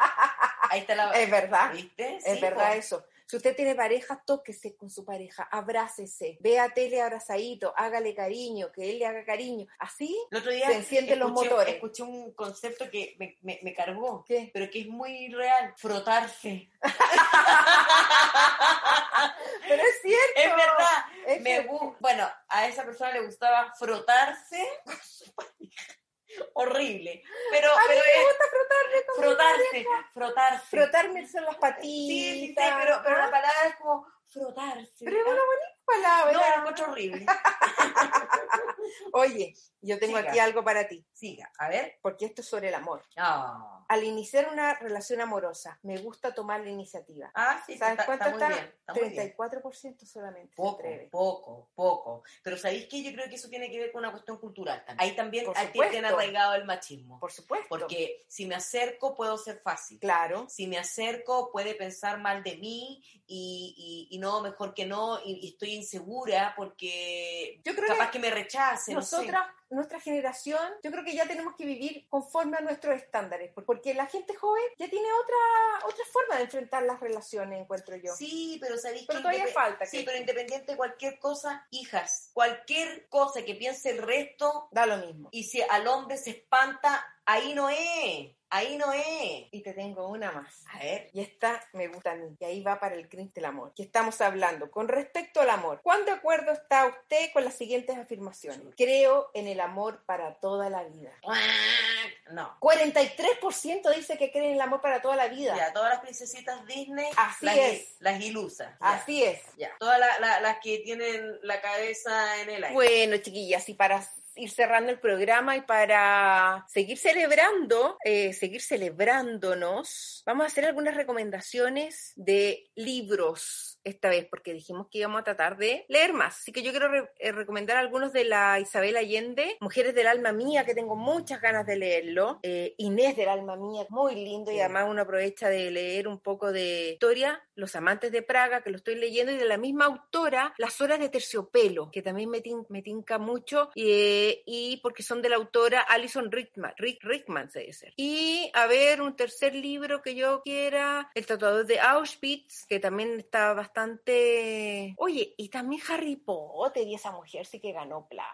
Speaker 4: Ahí está la.
Speaker 3: Es verdad.
Speaker 4: ¿Viste?
Speaker 3: Es
Speaker 4: Sí,
Speaker 3: verdad
Speaker 4: po.
Speaker 3: eso. Si usted tiene pareja, tóquese con su pareja, abrácese, vea tele abrazadito, hágale cariño, que él le haga cariño. Así
Speaker 4: El otro día
Speaker 3: se encienden los
Speaker 4: escuché-
Speaker 3: motores.
Speaker 4: Escuché un concepto que me, me- me cargó,
Speaker 3: ¿Qué?
Speaker 4: pero que es muy real, frotarse.
Speaker 3: Pero es cierto.
Speaker 4: Es verdad.
Speaker 3: Es
Speaker 4: me
Speaker 3: que-
Speaker 4: gu- bueno, a esa persona le gustaba frotarse con su pareja. Horrible. Pero,
Speaker 3: A mí
Speaker 4: pero
Speaker 3: me
Speaker 4: es
Speaker 3: gusta frotarme con mi
Speaker 4: frotarse,
Speaker 3: pareja.
Speaker 4: frotarse.
Speaker 3: Frotarme son las patitas. ¿ah?
Speaker 4: Sí, sí, sí, pero, pero la palabra es como frotarse. Ah,
Speaker 3: Pero es una bonita
Speaker 4: no,
Speaker 3: palabra.
Speaker 4: era mucho horrible.
Speaker 3: Oye, yo tengo
Speaker 4: Siga.
Speaker 3: aquí algo para ti,
Speaker 4: Siga, a ver.
Speaker 3: porque esto es sobre el amor.
Speaker 4: Ah.
Speaker 3: Al iniciar una relación amorosa, me gusta tomar la iniciativa.
Speaker 4: Ah, sí,
Speaker 3: ¿Sabes
Speaker 4: está,
Speaker 3: cuánto
Speaker 4: está muy
Speaker 3: está?
Speaker 4: bien. Está muy bien.
Speaker 3: 34% solamente se
Speaker 4: Poco,
Speaker 3: atreve.
Speaker 4: poco, poco. Pero ¿sabéis qué? Yo creo que eso tiene que ver con una cuestión cultural también. Ahí también
Speaker 3: Por
Speaker 4: ahí tienen
Speaker 3: supuesto.
Speaker 4: arraigado el machismo.
Speaker 3: Por supuesto.
Speaker 4: Porque si me acerco puedo ser fácil.
Speaker 3: claro,
Speaker 4: Si me acerco puede pensar mal de mí y, y- y no, mejor que no, y, y estoy insegura porque
Speaker 3: Yo creo
Speaker 4: capaz que, me rechace. no sé.
Speaker 3: nosotras, nuestra generación, yo creo que ya tenemos que vivir conforme a nuestros estándares, por- porque la gente joven ya tiene otra otra forma de enfrentar las relaciones, encuentro yo.
Speaker 4: Sí, pero sabéis
Speaker 3: Pero
Speaker 4: que
Speaker 3: todavía
Speaker 4: indepe-
Speaker 3: falta
Speaker 4: Sí,
Speaker 3: que-
Speaker 4: pero independiente de cualquier cosa, hijas, cualquier cosa que piense el resto,
Speaker 3: Da lo mismo.
Speaker 4: y si al hombre se espanta, ahí no es, ahí no es.
Speaker 3: Y te tengo una más.
Speaker 4: A ver,
Speaker 3: Y esta me gusta a mí, y ahí va para el cringe del amor. Que estamos hablando con respecto al amor. ¿Cuán de acuerdo está usted con las siguientes afirmaciones? Creo en el amor para toda la vida.
Speaker 4: no.
Speaker 3: 43% dice que cree en el amor para toda la vida.
Speaker 4: Ya, todas las princesitas Disney,
Speaker 3: Así
Speaker 4: las,
Speaker 3: es.
Speaker 4: las ilusas. ya.
Speaker 3: Así es.
Speaker 4: Ya. Todas la- la- las que tienen la cabeza en el aire.
Speaker 3: Bueno, chiquillas, y para ir cerrando el programa y para seguir celebrando, eh, seguir celebrándonos, vamos a hacer algunas recomendaciones de libros esta vez, porque dijimos que íbamos a tratar de leer más. Así que yo quiero re- eh, recomendar algunos de la Isabel Allende, Mujeres del Alma Mía, que tengo muchas ganas de leerlo, eh, Inés del Alma Mía, muy lindo, y
Speaker 4: Sí.
Speaker 3: además uno aprovecha de leer un poco de historia, Los Amantes de Praga, que lo estoy leyendo, y de la misma autora, Las Horas de Terciopelo, que también me, tin- me tinca mucho, y, eh, y porque son de la autora Alison Rickman, Rick, Rickman se dice. Y a ver, un tercer libro que yo quiera, El Tratador de Auschwitz, que también está bastante... Oye, y también Harry Potter, y esa mujer sí que ganó plata.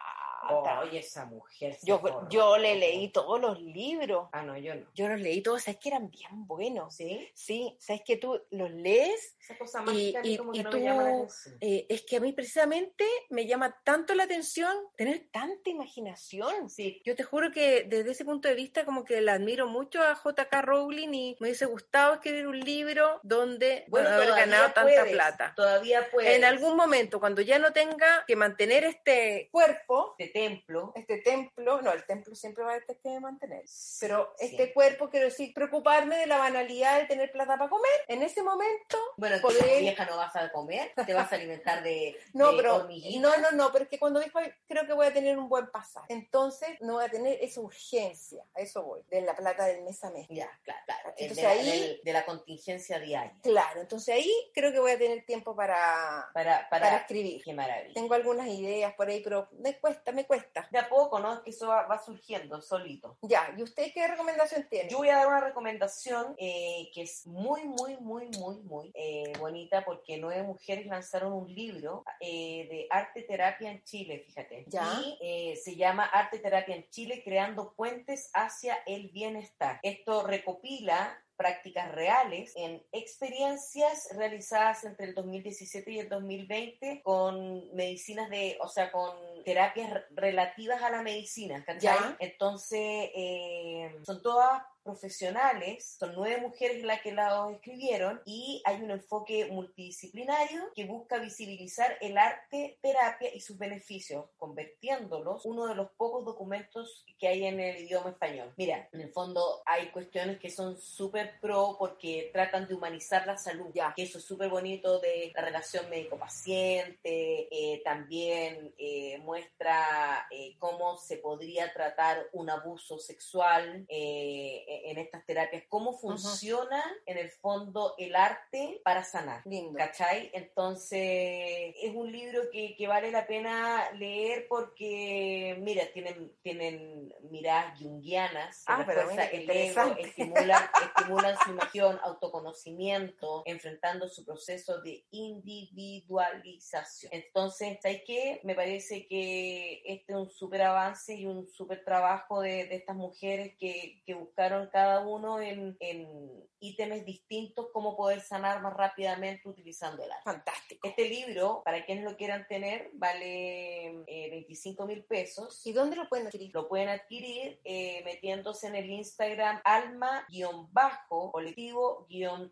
Speaker 4: Oh, Oye, esa mujer. se
Speaker 3: yo,
Speaker 4: forró.
Speaker 3: yo le leí todos los libros.
Speaker 4: Ah, no, yo no.
Speaker 3: Yo los leí todos, sabes que eran bien buenos.
Speaker 4: ¿Sí?
Speaker 3: Sí, sabes que tú los lees.
Speaker 4: Esa cosa mágica a mí
Speaker 3: y-
Speaker 4: como
Speaker 3: y
Speaker 4: que no
Speaker 3: tú-
Speaker 4: me llama la atención.
Speaker 3: eh, es que a mí precisamente me llama tanto la atención tener tanta imaginación.
Speaker 4: Sí.
Speaker 3: Yo te juro que desde ese punto de vista como que la admiro mucho a JK Rowling y me hubiese gustado escribir un libro donde bueno, haber
Speaker 4: todavía
Speaker 3: ganado tanta
Speaker 4: puedes,
Speaker 3: plata.
Speaker 4: Todavía puedes.
Speaker 3: En algún momento, cuando ya no tenga que mantener este cuerpo,
Speaker 4: Este templo.
Speaker 3: este templo, no, el templo siempre va a tener que mantener, pero
Speaker 4: Sí.
Speaker 3: este cuerpo, quiero decir, preocuparme de la banalidad de tener plata para comer, en ese momento,
Speaker 4: Bueno, que
Speaker 3: Poder-
Speaker 4: vieja no vas a comer, te vas a alimentar de,
Speaker 3: no,
Speaker 4: de
Speaker 3: pero,
Speaker 4: hormiguitas.
Speaker 3: no, no, no, pero es que cuando dijo, "Ay, creo que voy a tener un buen pasaje, entonces no voy a tener esa urgencia, a eso voy, de la plata del mes a mes.
Speaker 4: Ya, claro, claro.
Speaker 3: Entonces
Speaker 4: de, la,
Speaker 3: ahí-
Speaker 4: del- de la contingencia diaria.
Speaker 3: Claro, entonces ahí creo que voy a tener tiempo para,
Speaker 4: Para, para,
Speaker 3: para escribir.
Speaker 4: Qué maravilla.
Speaker 3: Tengo algunas ideas por ahí, pero me cuesta, me cuesta.
Speaker 4: De a poco, ¿no? Es que eso va, va surgiendo solito.
Speaker 3: Ya, ¿y usted qué recomendación tiene?
Speaker 4: Yo voy a dar una recomendación eh, que es muy, muy, muy, muy, muy eh, bonita porque nueve mujeres lanzaron un libro eh, de arte terapia en Chile, fíjate.
Speaker 3: Ya.
Speaker 4: Y eh, se llama Arte terapia en Chile, creando puentes hacia el bienestar. Esto recopila prácticas reales en experiencias realizadas entre el 2017 y el 2020 con medicinas de, o sea, con terapias re- relativas a la medicina, ¿cachai?
Speaker 3: Ya.
Speaker 4: Entonces, eh, son todas profesionales, son nueve mujeres las que la escribieron y hay un enfoque multidisciplinario que busca visibilizar el arte, terapia y sus beneficios, convirtiéndolos uno de los pocos documentos que hay en el idioma español. Mira, en el fondo hay cuestiones que son súper pro porque tratan de humanizar la salud,
Speaker 3: Ya.
Speaker 4: que eso es súper bonito de la relación médico-paciente, eh, también eh, muestra eh, cómo se podría tratar un abuso sexual eh, eh, en estas terapias, cómo funciona en el fondo el arte para sanar.
Speaker 3: Lindo.
Speaker 4: ¿Cachai? Entonces, es un libro que, que vale la pena leer porque, mira, tienen, tienen miradas junguianas,
Speaker 3: Ah, pero mira, qué
Speaker 4: el ego,
Speaker 3: interesante.
Speaker 4: estimulan, estimulan su emoción, autoconocimiento, enfrentando su proceso de individualización. Entonces, ¿sabes qué? Me parece que este es un súper avance y un súper trabajo de, de estas mujeres que, que buscaron cada uno en, en ítems distintos cómo poder sanar más rápidamente utilizando el arte.
Speaker 3: Fantástico.
Speaker 4: Este libro, para quienes lo quieran tener, vale eh, 25 mil pesos.
Speaker 3: ¿Y dónde lo pueden adquirir?
Speaker 4: Lo pueden adquirir eh, metiéndose en el Instagram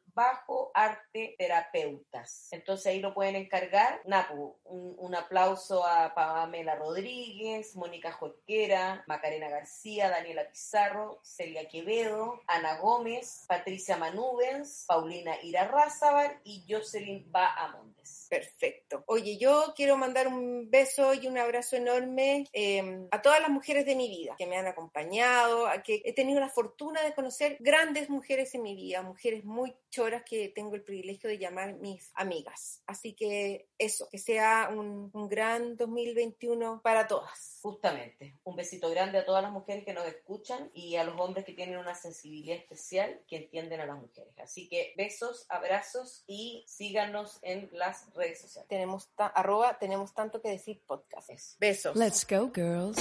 Speaker 4: alma-colectivo-arte terapeutas. Entonces ahí lo pueden encargar. Napu, un, un aplauso a Pamela Rodríguez, Mónica Jorquera, Macarena García, Daniela Pizarro, Celia Quevedo, Ana Gómez, Patricia Manubens, Paulina Irarrázabar y Jocelyn Bahamondes.
Speaker 3: Perfecto. Oye, yo quiero mandar un beso y un abrazo enorme eh, a todas las mujeres de mi vida que me han acompañado, a que he tenido la fortuna de conocer grandes mujeres en mi vida, mujeres muy choras que tengo el privilegio de llamar mis amigas. Así que eso, que sea un, un gran 2021 para todas.
Speaker 4: Justamente, un besito grande a todas las mujeres que nos escuchan y a los hombres que tienen una sensibilidad especial que entienden a las mujeres. Así que besos, abrazos y síganos en las redes sociales.
Speaker 3: Tenemos ta- arroba, tenemos tanto que decir podcast.
Speaker 4: Eso.
Speaker 3: Besos.
Speaker 2: Let's go, girls.